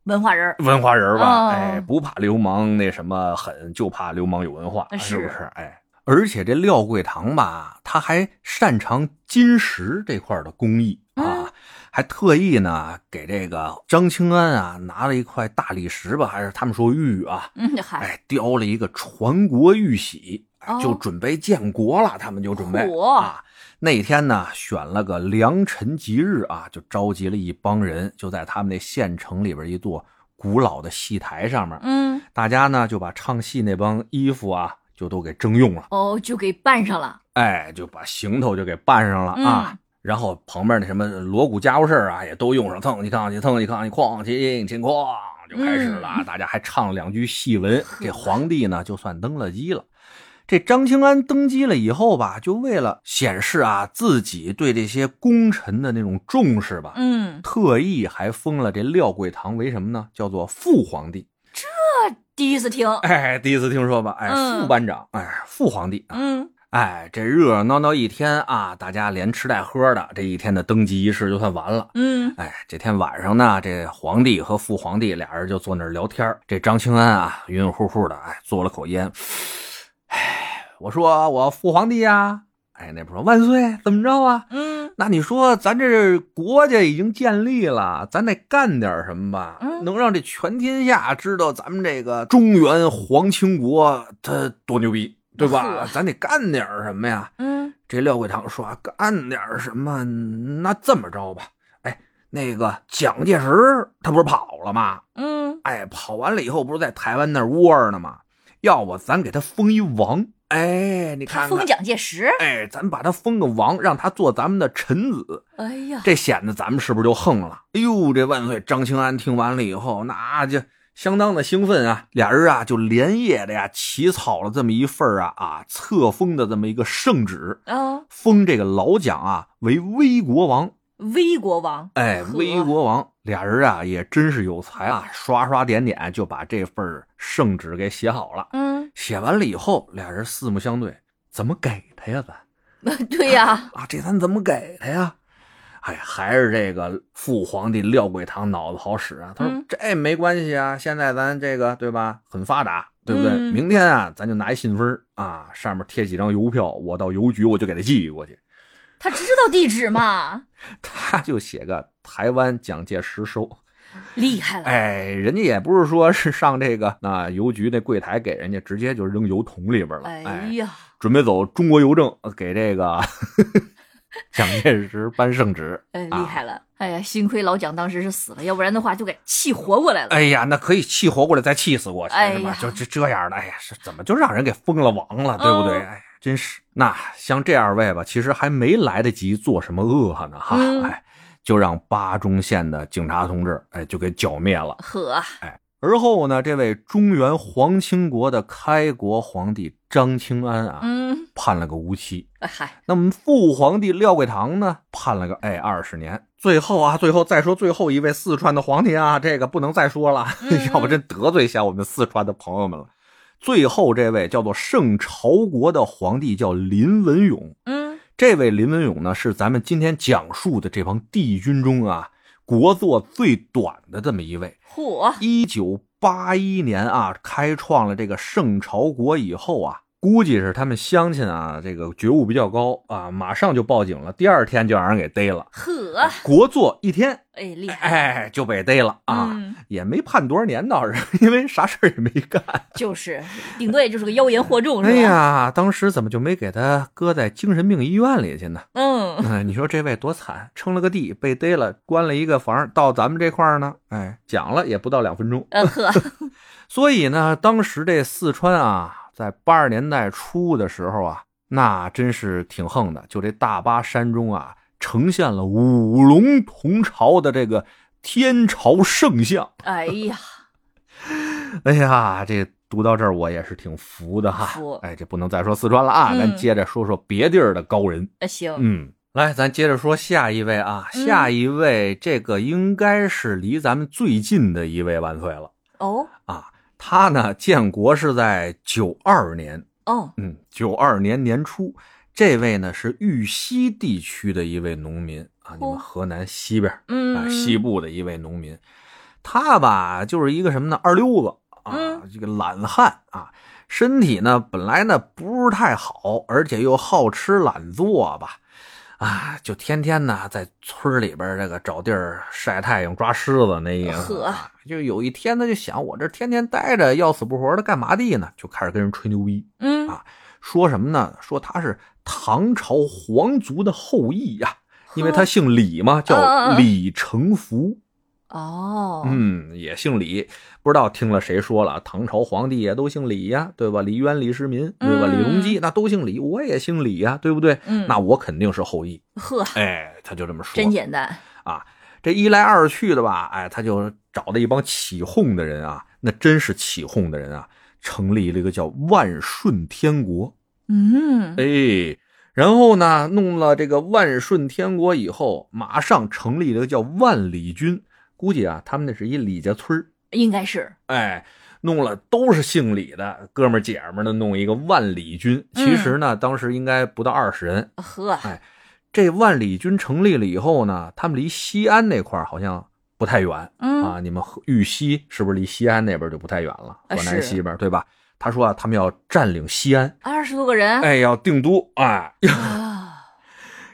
Speaker 1: 文化人儿，
Speaker 3: 文化人吧，
Speaker 1: 哦
Speaker 3: 哎，不怕流氓那什么狠，就怕流氓有文化，
Speaker 1: 是
Speaker 3: 是不是？哎，而且这廖桂堂吧，他还擅长金石这块的工艺啊
Speaker 1: 嗯，
Speaker 3: 还特意呢给这个张清安啊拿了一块大理石吧，还是他们说玉啊，
Speaker 1: 嗯，嗨，
Speaker 3: 哎，雕了一个传国玉玺，哎
Speaker 1: 哦
Speaker 3: 就准备建国了。他们就准备
Speaker 1: 嚯
Speaker 3: 啊，那天呢，选了个良辰吉日啊，就召集了一帮人，就在他们那县城里边一座古老的戏台上面，
Speaker 1: 嗯，
Speaker 3: 大家呢就把唱戏那帮衣服啊，就都给征用了，
Speaker 1: 哦，就给办上了，
Speaker 3: 哎，就把行头就给办上了啊。
Speaker 1: 嗯
Speaker 3: 然后旁边那什么锣鼓家伙事儿啊，也都用上，蹭一趟去，蹭一趟去，哐叽哐哐，就开始了啊。
Speaker 1: 嗯
Speaker 3: 大家还唱了两句 戏文。这皇帝呢，就算登了基了。这张清安登基了以后吧，就为了显示啊自己对这些功臣的那种重视吧，
Speaker 1: 嗯，
Speaker 3: 特意还封了这廖桂堂为什么呢？叫做副皇帝。
Speaker 1: 第一次听，
Speaker 3: 哎，第一次听说吧？哎，
Speaker 1: 嗯
Speaker 3: 副班长，哎，副皇帝啊。
Speaker 1: 嗯，
Speaker 3: 哎，这热热闹闹一天啊，大家连吃带喝的，这一天的登基仪式就算完了。
Speaker 1: 嗯，
Speaker 3: 哎，这天晚上呢，这皇帝和副皇帝俩人就坐那儿聊天儿这张清安啊，晕晕乎乎的，哎，嘬了口烟。哎，我说我副皇帝呀、哎，那边说万岁，怎么着啊？
Speaker 1: 嗯，
Speaker 3: 那你说咱这国家已经建立了，咱得干点什么吧？
Speaker 1: 嗯
Speaker 3: 能让这全天下知道咱们这个中原皇亲国它多牛逼，对吧？
Speaker 1: 呵
Speaker 3: 咱得干点什么呀？
Speaker 1: 嗯，
Speaker 3: 这廖桂堂说：“啊干点什么？那这么着吧，哎，那个蒋介石他不是跑了吗？
Speaker 1: 嗯，
Speaker 3: 哎，跑完了以后不是在台湾那儿窝着呢吗？要不咱给他封一王？哎，你
Speaker 1: 他
Speaker 3: 看
Speaker 1: 封
Speaker 3: 看，
Speaker 1: 蒋介石，
Speaker 3: 哎，咱把他封个王，让他做咱们的臣子，
Speaker 1: 哎呀，
Speaker 3: 这显得咱们是不是就横了？哎呦，这万岁！张清安听完了以后，那就相当的兴奋啊！俩人啊就连夜的呀起草了这么一份儿啊啊册封的这么一个圣旨。
Speaker 1: 啊，
Speaker 3: 封这个老蒋啊为威国王。
Speaker 1: 威国王，
Speaker 3: 哎，
Speaker 1: 呵
Speaker 3: 威国王，俩人啊也真是有才啊，刷刷点点就把这份儿圣旨给写好了。
Speaker 1: 嗯，
Speaker 3: 写完了以后，俩人四目相对，怎么给他呀？咱
Speaker 1: 嗯 对呀，
Speaker 3: 啊，这咱怎么给他呀？哎，还是这个父皇帝廖桂堂脑子好使啊。他说、
Speaker 1: 嗯
Speaker 3: 这没关系啊，现在咱这个对吧，很发达，对不对？
Speaker 1: 嗯
Speaker 3: 明天啊，咱就拿一信封儿啊，上面贴几张邮票，我到邮局我就给他寄过去。
Speaker 1: 他知道地址嘛，
Speaker 3: 他就写个台湾蒋介石收，
Speaker 1: 厉害了，
Speaker 3: 哎，人家也不是说是上这个那邮局那柜台给人家，直接就扔邮筒里边了，
Speaker 1: 哎
Speaker 3: 哎，
Speaker 1: 呀，
Speaker 3: 准备走中国邮政给这个 蒋介石颁圣旨，
Speaker 1: 哎，厉
Speaker 3: 啊
Speaker 1: 害了，哎呀，幸亏老蒋当时是死了，要不然的话就给气活过来了，
Speaker 3: 哎呀，那可以气活过来再气死过去，
Speaker 1: 哎
Speaker 3: 是吧
Speaker 1: 呀？
Speaker 3: 就这这样的，哎呀，是怎么就让人给封了王了，对不对？
Speaker 1: 嗯
Speaker 3: 哎，真是。那像这二位吧，其实还没来得及做什么恶哈呢，哈，
Speaker 1: 嗯
Speaker 3: 哎，就让巴中县的警察同志，哎，就给剿灭了。
Speaker 1: 呵，
Speaker 3: 而后呢，这位中原皇亲国的开国皇帝张清安啊，
Speaker 1: 嗯，
Speaker 3: 判了个无期。
Speaker 1: 哎嗨，
Speaker 3: 那么父皇帝廖桂堂呢，判了个哎二十年。最后啊，最后再说最后一位四川的皇帝啊，这个不能再说了，
Speaker 1: 嗯嗯
Speaker 3: 要不真得罪一下我们四川的朋友们了。最后这位叫做圣朝国的皇帝叫林文勇，
Speaker 1: 嗯，
Speaker 3: 这位林文勇呢，是咱们今天讲述的这帮帝君中啊，国祚最短的这么一位。
Speaker 1: 嚯，
Speaker 3: 一九八一年啊，开创了这个圣朝国以后啊，估计是他们乡亲啊，这个觉悟比较高啊，马上就报警了，第二天就让人给逮了，
Speaker 1: 呵，
Speaker 3: 国祚一天，
Speaker 1: 哎，厉害，
Speaker 3: 哎，就被逮了啊。
Speaker 1: 嗯，
Speaker 3: 也没判多少年，倒是因为啥事儿也没干。
Speaker 1: 就是，顶多也就是个妖言惑众，
Speaker 3: 哎
Speaker 1: 是吧？
Speaker 3: 呀，当时怎么就没给他搁在精神病医院里去呢？
Speaker 1: 嗯，
Speaker 3: 哎，你说这位多惨，称了个帝，被逮了，关了一个房，到咱们这块儿呢，哎，讲了也不到两分钟。
Speaker 1: 呃呵，
Speaker 3: 所以呢，当时这四川啊，在八十年代初的时候啊，那真是挺横的。就这大巴山中啊，呈现了五龙同朝的这个天朝盛象。
Speaker 1: 哎呀，
Speaker 3: 哎呀，这读到这儿我也是挺服的哈
Speaker 1: 服。
Speaker 3: 哎，这不能再说四川了啊，
Speaker 1: 嗯
Speaker 3: 咱接着说说别地儿的高人。
Speaker 1: 呃行，
Speaker 3: 嗯，来，咱接着说下一位啊，
Speaker 1: 嗯
Speaker 3: 下一位这个应该是离咱们最近的一位万岁了。
Speaker 1: 哦
Speaker 3: 啊，他呢建国是在九二年，
Speaker 1: 哦，
Speaker 3: 嗯，九二年年初，这位呢是玉溪地区的一位农民啊，你们
Speaker 1: 嚯
Speaker 3: 河南西边啊
Speaker 1: 哦嗯，
Speaker 3: 西部的一位农民，他吧就是一个什么呢二溜子啊
Speaker 1: 嗯，
Speaker 3: 这个懒汉啊，身体呢本来呢不是太好，而且又好吃懒做吧，啊，就天天呢在村里边这个找地儿晒太阳抓虱子那意思。
Speaker 1: 呵
Speaker 3: 啊就有一天他就想，我这天天待着要死不活的干嘛地呢？就开始跟人吹牛逼，
Speaker 1: 嗯
Speaker 3: 啊说什么呢？说他是唐朝皇族的后裔呀、因为他
Speaker 1: 呵
Speaker 3: 姓李嘛，
Speaker 1: 哦嗯
Speaker 3: 叫
Speaker 1: 嗯嗯
Speaker 3: 李成福。
Speaker 1: 哦，
Speaker 3: 嗯，也姓李，不知道听了谁说了，唐朝皇帝也都姓李呀，对吧？李渊、李世民，对吧？
Speaker 1: 嗯
Speaker 3: 李隆基那都姓李，我也姓李呀，对不对？
Speaker 1: 嗯
Speaker 3: 那我肯定是后裔。
Speaker 1: 呵，
Speaker 3: 哎，他就这么说。
Speaker 1: 真简单，
Speaker 3: 这一来二去的吧，哎，他就找了一帮起哄的人啊，那真是起哄的人啊，成立了一个叫万顺天国。
Speaker 1: 嗯，
Speaker 3: 哎，然后呢，弄了这个万顺天国以后，马上成立了一个叫万里军。估计啊，他们那是一李家村儿
Speaker 1: 应该是，
Speaker 3: 哎，弄了都是姓李的哥们儿姐们儿的，弄一个万里军。其实
Speaker 1: 嗯
Speaker 3: 呢，当时应该不到二十人。
Speaker 1: 呵，
Speaker 3: 哎这万里军成立了以后呢，他们离西安那块儿好像不太远。
Speaker 1: 嗯，
Speaker 3: 啊，你们河玉溪是不是离西安那边就不太远了？
Speaker 1: 啊
Speaker 3: 河
Speaker 1: 是
Speaker 3: 南西边对吧？他说啊，他们要占领西安，
Speaker 1: 二十多个人，
Speaker 3: 哎，要定都啊，要
Speaker 1: 啊，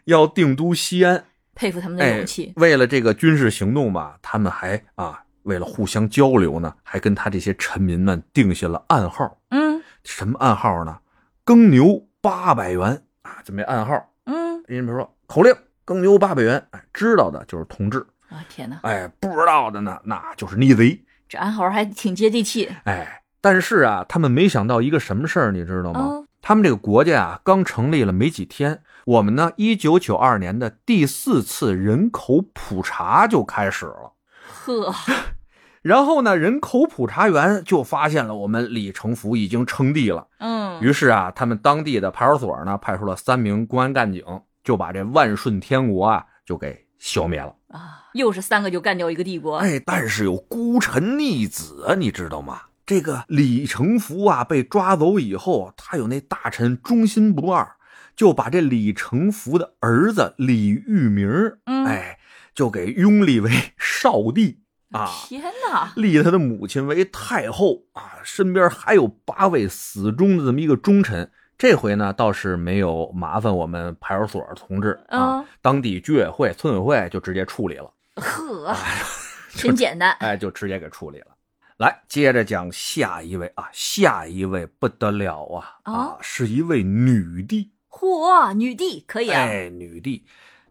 Speaker 3: 要定都西安。
Speaker 1: 佩服他们的
Speaker 3: 哎
Speaker 1: 勇，气，
Speaker 3: 为了这个军事行动吧，他们还啊，为了互相交流呢，还跟他这些臣民们定下了暗号。
Speaker 1: 嗯
Speaker 3: 什么暗号呢？耕牛八百元啊，这么一暗号。
Speaker 1: 嗯，
Speaker 3: 人家说口令，耕牛八百元。哎，知道的就是同志，
Speaker 1: 啊，天哪，
Speaker 3: 哎，不知道的呢，那就是逆贼。
Speaker 1: 这暗号还挺接地气，
Speaker 3: 哎，但是啊，他们没想到一个什么事儿，你知道吗？
Speaker 1: 嗯
Speaker 3: 他们这个国家啊，刚成立了没几天，我们呢，一九九二年的第四次人口普查就开始了。
Speaker 1: 呵，
Speaker 3: 然后呢，人口普查员就发现了我们李成福已经称帝了。
Speaker 1: 嗯，
Speaker 3: 于是啊，他们当地的派出所呢，派出了三名公安干警，就把这万顺天国啊就给消灭了。
Speaker 1: 啊，又是三个就干掉一个帝国，
Speaker 3: 哎，但是有孤臣逆子啊，你知道吗？这个李成福啊，被抓走以后，他有那大臣忠心不二，就把这李成福的儿子李玉明儿，
Speaker 1: 嗯
Speaker 3: 哎，就给拥立为少帝啊，
Speaker 1: 天哪，
Speaker 3: 立他的母亲为太后啊，身边还有八位死忠的这么一个忠臣。这回呢，倒是没有麻烦我们派出所同志啊，
Speaker 1: 嗯
Speaker 3: 当地居委会、村委会就直接处理了。
Speaker 1: 呵，真简 单，
Speaker 3: 哎，就直接给处理了。来，接着讲下一位啊，下一位不得了啊啊
Speaker 1: 哦，
Speaker 3: 是一位女帝，
Speaker 1: 嚯，女帝可以啊，
Speaker 3: 哎，女帝，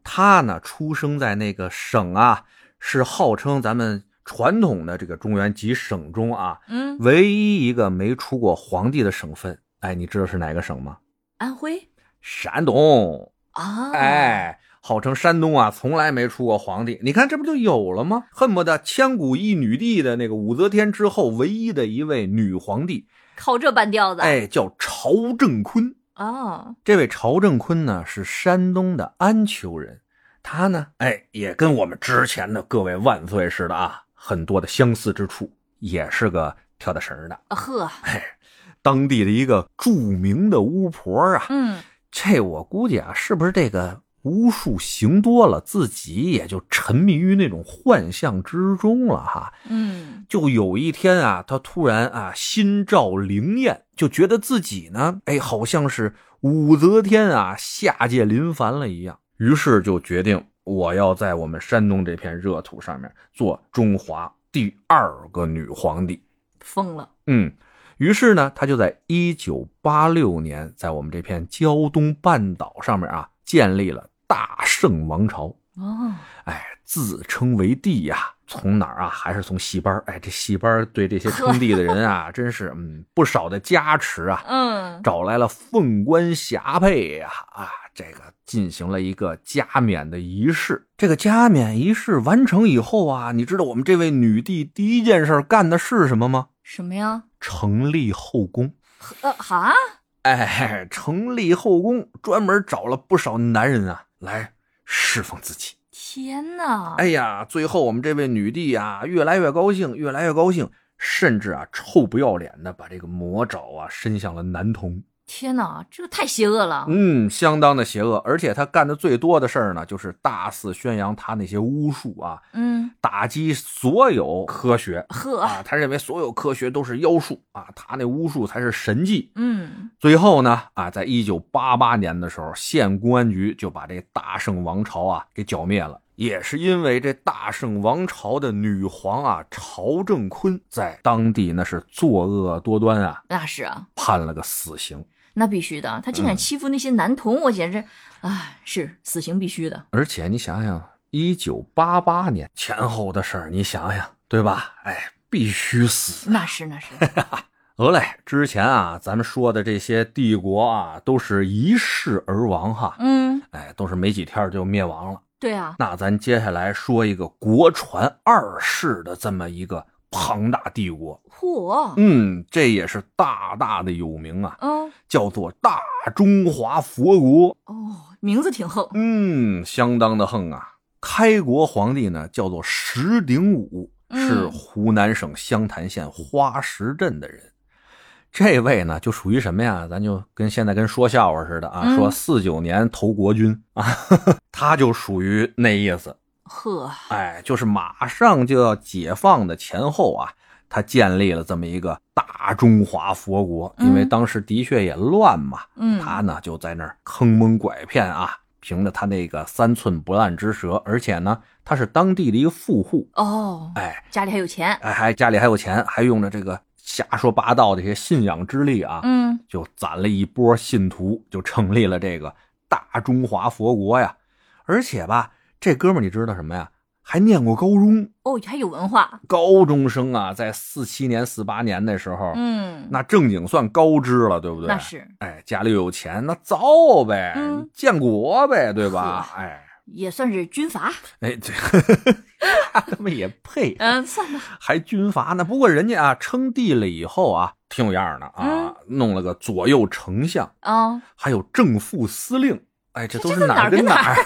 Speaker 3: 她呢出生在那个省啊，是号称咱们传统的这个中原几省中啊，
Speaker 1: 嗯，
Speaker 3: 唯一一个没出过皇帝的省份。哎，你知道是哪个省吗？
Speaker 1: 安徽
Speaker 3: 山东，
Speaker 1: 啊，，
Speaker 3: 哎，号称山东啊，从来没出过皇帝。你看这不就有了吗？恨不得千古一女帝的那个武则天之后唯一的一位女皇帝，
Speaker 1: 靠这半吊子，
Speaker 3: 哎，叫曹正坤。
Speaker 1: 哦，
Speaker 3: 这位曹正坤呢是山东的安丘人，他呢，哎，也跟我们之前的各位万岁似的啊，很多的相似之处，也是个跳大神儿的，
Speaker 1: 啊呵，
Speaker 3: 哎当地的一个著名的巫婆啊。
Speaker 1: 嗯，
Speaker 3: 这我估计啊，是不是这个巫术行多了，自己也就沉迷于那种幻象之中了哈？
Speaker 1: 嗯，
Speaker 3: 就有一天啊，他突然啊心照灵验，就觉得自己呢，哎，好像是武则天啊下界临凡了一样，于是就决定我要在我们山东这片热土上面做中华第二个女皇帝。
Speaker 1: 疯了，
Speaker 3: 嗯，于是呢，他就在一九八六年，在我们这片胶东半岛上面啊，建立了大圣王朝。
Speaker 1: 哦，
Speaker 3: 哎，自称为帝呀、从哪儿啊？还是从戏班儿？哎，这戏班儿对这些称帝的人啊，真是嗯不少的加持啊。
Speaker 1: 嗯，
Speaker 3: 找来了凤冠霞帔呀、啊，这个进行了一个加冕的仪式。这个加冕仪式完成以后啊，你知道我们这位女帝第一件事儿干的是什么吗？
Speaker 1: 什么呀？
Speaker 3: 成立后宫。
Speaker 1: 呃，哈，
Speaker 3: 哎，成立后宫，专门找了不少男人啊来侍奉自己。
Speaker 1: 天哪，
Speaker 3: 哎呀，最后我们这位女帝啊，越来越高兴，越来越高兴，甚至啊，臭不要脸的把这个魔爪啊伸向了男童。
Speaker 1: 天哪，这个太邪恶了！
Speaker 3: 嗯，相当的邪恶，而且他干的最多的事儿呢，就是大肆宣扬他那些巫术啊，
Speaker 1: 嗯，
Speaker 3: 打击所有科学
Speaker 1: 呵，
Speaker 3: 啊。他认为所有科学都是妖术啊，他那巫术才是神迹。
Speaker 1: 嗯，
Speaker 3: 最后呢，啊，在一九八八年的时候，县公安局就把这大圣王朝啊给剿灭了。也是因为这大圣王朝的女皇啊朝政坤在当地那是作恶多端啊，
Speaker 1: 那是啊，
Speaker 3: 判了个死刑。
Speaker 1: 那必须的。他竟
Speaker 3: 嗯
Speaker 1: 敢欺负那些男童，我简直，哎，是死刑必须的。
Speaker 3: 而且你想想，一九八八年前后的事儿，你想想，对吧？哎，必须死。
Speaker 1: 那是那 是，
Speaker 3: 得嘞，之前啊，咱们说的这些帝国啊，都是一世而亡哈，
Speaker 1: 嗯，
Speaker 3: 哎，都是没几天就灭亡了。
Speaker 1: 对啊，
Speaker 3: 那咱接下来说一个国传二世的这么一个庞大帝国，
Speaker 1: 嚯，
Speaker 3: 嗯，这也是大大的有名啊，
Speaker 1: 嗯，
Speaker 3: 叫做大中华佛国。
Speaker 1: 哦，名字挺横，
Speaker 3: 嗯，相当的横啊。开国皇帝呢，叫做石鼎武，
Speaker 1: 嗯
Speaker 3: 是湖南省湘潭县花石镇的人。这位呢，就属于什么呀？咱就跟现在跟说笑话似的啊，
Speaker 1: 嗯
Speaker 3: 说四九年投国军啊， 他就属于那意思。
Speaker 1: 呵，
Speaker 3: 哎，就是马上就要解放的前后啊，他建立了这么一个大中华佛国，因为
Speaker 1: 嗯
Speaker 3: 当时的确也乱嘛，
Speaker 1: 嗯，
Speaker 3: 他呢就在那儿坑蒙拐骗啊，凭着他那个三寸不烂之舌，而且呢，他是当地的一个富户，
Speaker 1: 哦，
Speaker 3: 哎
Speaker 1: 家里还有钱，
Speaker 3: 哎，还家里还有钱，还用着这个瞎说八道的一些信仰之力啊，
Speaker 1: 嗯，
Speaker 3: 就攒了一波信徒，就成立了这个大中华佛国呀。而且吧，这哥们儿你知道什么呀？还念过高中，
Speaker 1: 哦，还有文化，
Speaker 3: 高中生啊，在四七年、四八年的时候，
Speaker 1: 嗯，
Speaker 3: 那正经算高知了，对不对？
Speaker 1: 那是
Speaker 3: 哎，家里有钱，那造呗，
Speaker 1: 嗯
Speaker 3: 建国呗，对吧？哎，
Speaker 1: 也算是军阀，
Speaker 3: 哎，这 他们也配，
Speaker 1: 嗯，算吧，
Speaker 3: 还军阀呢。不过人家啊，称帝了以后啊，挺有样儿的啊
Speaker 1: 嗯，
Speaker 3: 弄了个左右丞相，
Speaker 1: 啊，
Speaker 3: 还有正副司令。哎，这都
Speaker 1: 这
Speaker 3: 是
Speaker 1: 这哪
Speaker 3: 儿
Speaker 1: 儿
Speaker 3: 跟
Speaker 1: 跟哪
Speaker 3: 儿？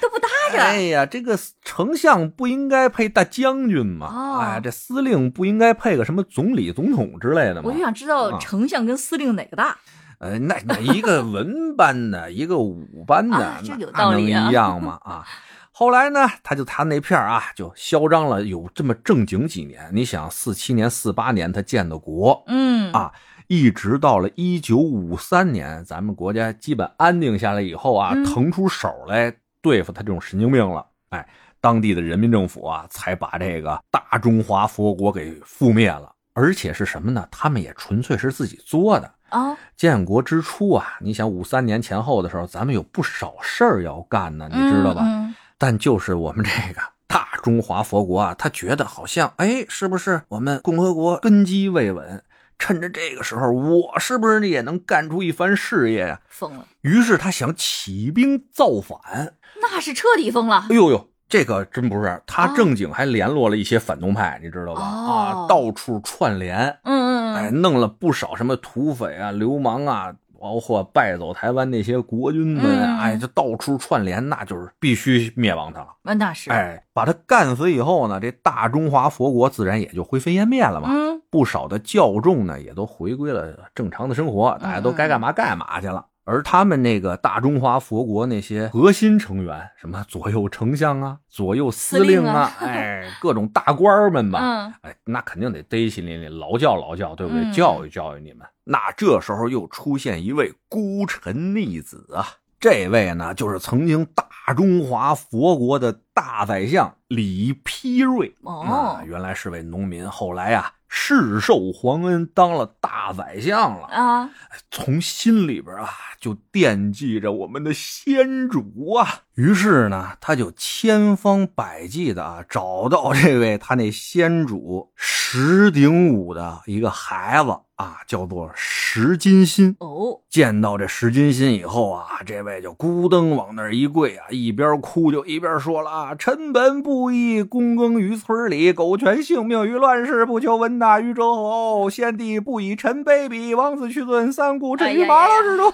Speaker 1: 都不搭
Speaker 3: 哎
Speaker 1: 着，
Speaker 3: 呀，这个丞相不应该配大将军吗？
Speaker 1: 哦
Speaker 3: 哎，这司令不应该配个什么总理、总统之类的吗？
Speaker 1: 我就想知
Speaker 3: 啊
Speaker 1: 道丞相跟司令哪个大，
Speaker 3: 呃，那那一个文 班的，一个武班的，
Speaker 1: 啊这
Speaker 3: 那
Speaker 1: 有
Speaker 3: 那
Speaker 1: 道理啊
Speaker 3: 能一样吗？啊，后来呢，他就他那片儿啊，就嚣张了有这么正经几年。你想，四七年、四八年他建的国，
Speaker 1: 嗯，
Speaker 3: 啊一直到了一九五三年，咱们国家基本安定下来以后啊，
Speaker 1: 嗯
Speaker 3: 腾出手来对付他这种神经病了。哎，当地的人民政府啊，才把这个大中华佛国给覆灭了。而且是什么呢？他们也纯粹是自己作的。
Speaker 1: 啊，
Speaker 3: 建国之初啊，你想五三年前后的时候，咱们有不少事儿要干呢，你知道吧？
Speaker 1: 嗯嗯
Speaker 3: 但就是我们这个 大中华佛国啊，他觉得好像，哎，是不是我们共和国根基未稳？趁着这个时候，我是不是也能干出一番事业呀、
Speaker 1: 疯了，
Speaker 3: 于是他想起兵造反。
Speaker 1: 那是彻底疯了
Speaker 3: 哎，呦呦，这个真不是，他
Speaker 1: 哦
Speaker 3: 正经还联络了一些反动派，你知道吧？
Speaker 1: 哦
Speaker 3: 啊，到处串联。
Speaker 1: 嗯
Speaker 3: 哎，
Speaker 1: 嗯
Speaker 3: 弄了不少什么土匪啊、流氓啊，包括败走台湾那些国军们啊，
Speaker 1: 嗯
Speaker 3: 哎，就到处串联，那就是必须灭亡他了。
Speaker 1: 嗯，那是，
Speaker 3: 哎，把他干死以后呢，这大中华佛国自然也就灰飞烟灭了嘛。
Speaker 1: 嗯，
Speaker 3: 不少的教众呢，也都回归了正常的生活，大家都该干嘛干嘛去了。而他们那个大中华佛国那些核心成员，什么左右丞相啊、左右司令啊，哎，各种大官儿们 吧，
Speaker 1: 嗯，
Speaker 3: 哎，那肯定得逮心里里劳教劳教，对不对？
Speaker 1: 嗯
Speaker 3: 教育教育你们。那这时候又出现一位孤臣逆子啊，这位呢就是曾经大中华佛国的大宰相李丕瑞。
Speaker 1: 哦
Speaker 3: 啊，原来是位农民，后来啊世受皇恩，当了大宰相了。
Speaker 1: 啊，
Speaker 3: 从心里边啊就惦记着我们的先主啊。于是呢，他就千方百计的啊找到这位他那先主石鼎武的一个孩子啊，叫做石金心。
Speaker 1: 哦，
Speaker 3: 见到这石金心以后啊，这位就咕噔往那儿一跪啊，一边哭就一边说了啊：“臣本布衣，躬耕于村里，苟全性命于乱世，不求闻达于周侯。先帝不以臣卑鄙，王子屈尊，三顾臣于麻劳之中。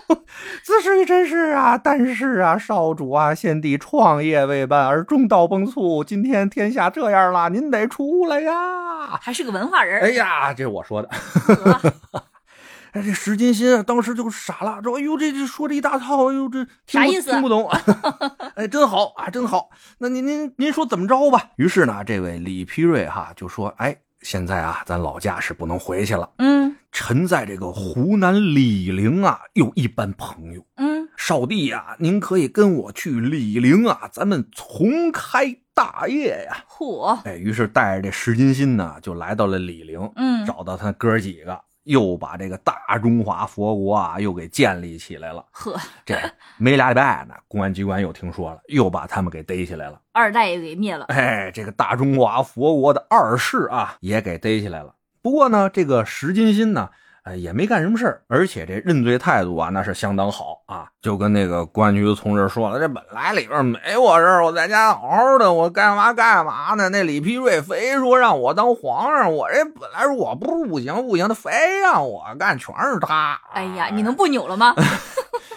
Speaker 3: 自是以真是啊，但是啊，少主啊，先帝创业未半，而中道崩殂，今天天下这样了，您得出来呀！”
Speaker 1: 哎还是个文化人，
Speaker 3: 哎，呀，这我说的。
Speaker 1: 呵
Speaker 3: 哎，这石金心啊，当时就傻了，说：“哎呦，这这说这一大套，哎呦，这听
Speaker 1: 啥
Speaker 3: 不
Speaker 1: 意思啊
Speaker 3: 听不懂。 哎，真好啊，真好。那您您您说怎么着吧？”于是呢，这位李丕瑞哈就说：“哎，现在啊，咱老家是不能回去了，
Speaker 1: 嗯
Speaker 3: 臣在这个湖南醴陵啊，有一班朋友。
Speaker 1: 嗯，
Speaker 3: 少帝呀、您可以跟我去醴陵啊，咱们重开大业呀、
Speaker 1: 嚯，
Speaker 3: 哎，于是带着这石金心呢，就来到了醴陵，
Speaker 1: 嗯，
Speaker 3: 找到他哥几个，又把这个大中华佛国啊，又给建立起来了。
Speaker 1: 呵，
Speaker 3: 这没俩礼拜呢，公安机关又听说了，又把他们给逮起来了。
Speaker 1: 二代也给灭了，
Speaker 3: 哎，这个大中华佛国的二世啊，也给逮起来了。不过呢，这个石金心呢，呃，也没干什么事儿，而且这认罪态度啊，那是相当好啊，就跟那个公安局的同志说了，这本来里边没我事儿，我在家好好的，我干嘛干嘛呢？那李丕瑞非说让我当皇上，我这本来我不不行不行，他非让我干，全是他。
Speaker 1: 哎呀，你能不扭了吗？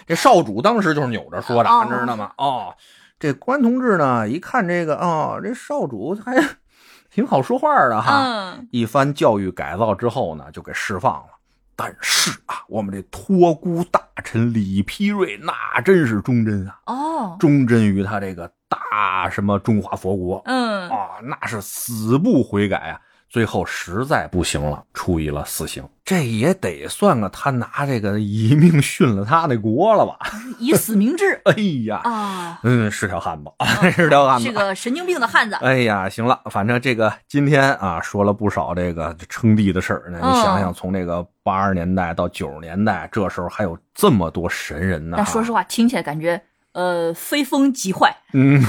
Speaker 3: 这少主当时就是扭着说的，
Speaker 1: 哦
Speaker 3: 你知道吗？哦，这关同志呢，一看这个，哦，这少主还 挺好说话的哈。
Speaker 1: 嗯，
Speaker 3: 一番教育改造之后呢，就给释放了。但是啊，我们这托孤大臣李丕瑞那真是忠贞啊，
Speaker 1: 哦，
Speaker 3: 忠贞于他这个大什么中华佛国
Speaker 1: 嗯，
Speaker 3: 啊，那是死不悔改啊。最后实在不行了，处以了死刑。这也得算个他拿这个以命殉了他的国了吧？
Speaker 1: 以死明志
Speaker 3: 哎呀，
Speaker 1: 啊，
Speaker 3: 嗯，是条汉子， 是条汉
Speaker 1: 是
Speaker 3: 子。
Speaker 1: 个神经病的汉子，
Speaker 3: 哎呀，行了，反正这个今天啊，说了不少这个称帝的事儿呢。你
Speaker 1: 嗯
Speaker 3: 想想，从这个八十年代到九十年代，这时候还有这么多神人呢。
Speaker 1: 但说实
Speaker 3: 话，
Speaker 1: 话，听起来感觉呃非疯即坏，
Speaker 3: 嗯，啊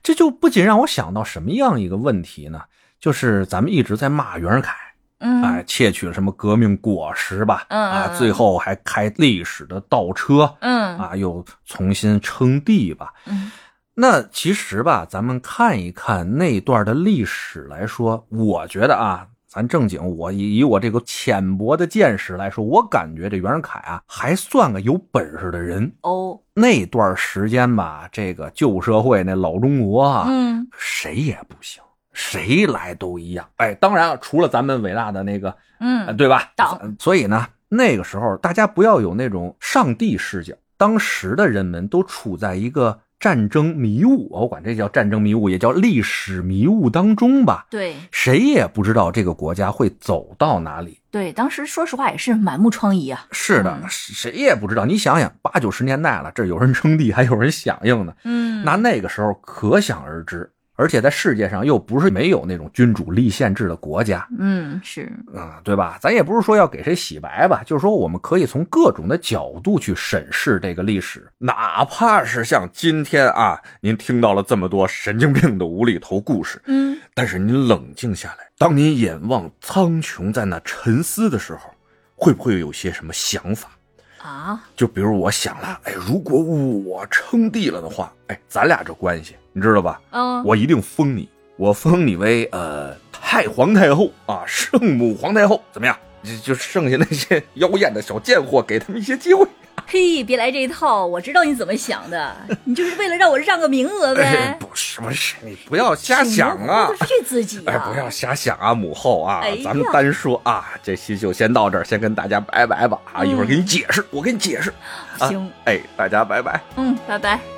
Speaker 3: 这就不仅让我想到什么样一个问题呢？就是咱们一直在骂袁世凯，哎，
Speaker 1: 嗯
Speaker 3: 窃取了什么革命果实吧？
Speaker 1: 嗯
Speaker 3: 啊，
Speaker 1: 嗯嗯
Speaker 3: 最后还开历史的倒车
Speaker 1: 嗯
Speaker 3: 啊，又重新称帝吧。
Speaker 1: 嗯
Speaker 3: 那其实吧，咱们看一看那段的历史来说，我觉得啊，咱正经，我以以我这个浅薄的见识来说，我感觉这袁世凯啊，还算个有本事的人。
Speaker 1: 哦
Speaker 3: 那段时间吧，这个旧社会那老中国啊，
Speaker 1: 嗯
Speaker 3: 谁也不行，谁来都一样。哎，当然了，除了咱们伟大的那个，呃
Speaker 1: 嗯
Speaker 3: 对吧？
Speaker 1: 党
Speaker 3: 所以呢，那个时候大家不要有那种上帝视角。当时的人们都处在一个战争迷雾，我管这叫战争迷雾，也叫历史迷雾当中吧。
Speaker 1: 对
Speaker 3: 谁也不知道这个国家会走到哪里。
Speaker 1: 对，当时说实话也是满目疮痍啊，
Speaker 3: 是的，
Speaker 1: 嗯
Speaker 3: 谁也不知道。你想想，八九十年代了，这有人称帝，还有人响应呢。
Speaker 1: 嗯
Speaker 3: 那那个时候可想而知。而且在世界上又不是没有那种君主立宪制的国家，
Speaker 1: 嗯是
Speaker 3: 啊、对吧？咱也不是说要给谁洗白吧，就是说我们可以从各种的角度去审视这个历史，哪怕是像今天啊，您听到了这么多神经病的无厘头故事，
Speaker 1: 嗯
Speaker 3: 但是您冷静下来，当您眼望苍穹，在那沉思的时候，会不会有些什么想法？
Speaker 1: 啊
Speaker 3: 就比如我想了，哎，如果我称帝了的话，哎，咱俩这关系，你知道吧？
Speaker 1: 嗯
Speaker 3: 我一定封你，我封你为呃太皇太后啊，圣母皇太后，怎么样？就就剩下那些妖艳的小贱货，给他们一些机会。
Speaker 1: 嘿，别来这一套，我知道你怎么想的，你就是为了让我让个名额呗。
Speaker 3: 哎不是不是，你不要瞎想啊！
Speaker 1: 是自己
Speaker 3: 哎，
Speaker 1: 啊！
Speaker 3: 不要瞎想啊，母后啊，
Speaker 1: 哎呀
Speaker 3: 咱们单说啊，这期就先到这儿，先跟大家拜拜吧啊！一会儿
Speaker 1: 嗯
Speaker 3: 给你解释，我给你解释。
Speaker 1: 行，
Speaker 3: 哎，大家拜拜。
Speaker 1: 嗯，拜拜。
Speaker 3: 拜拜。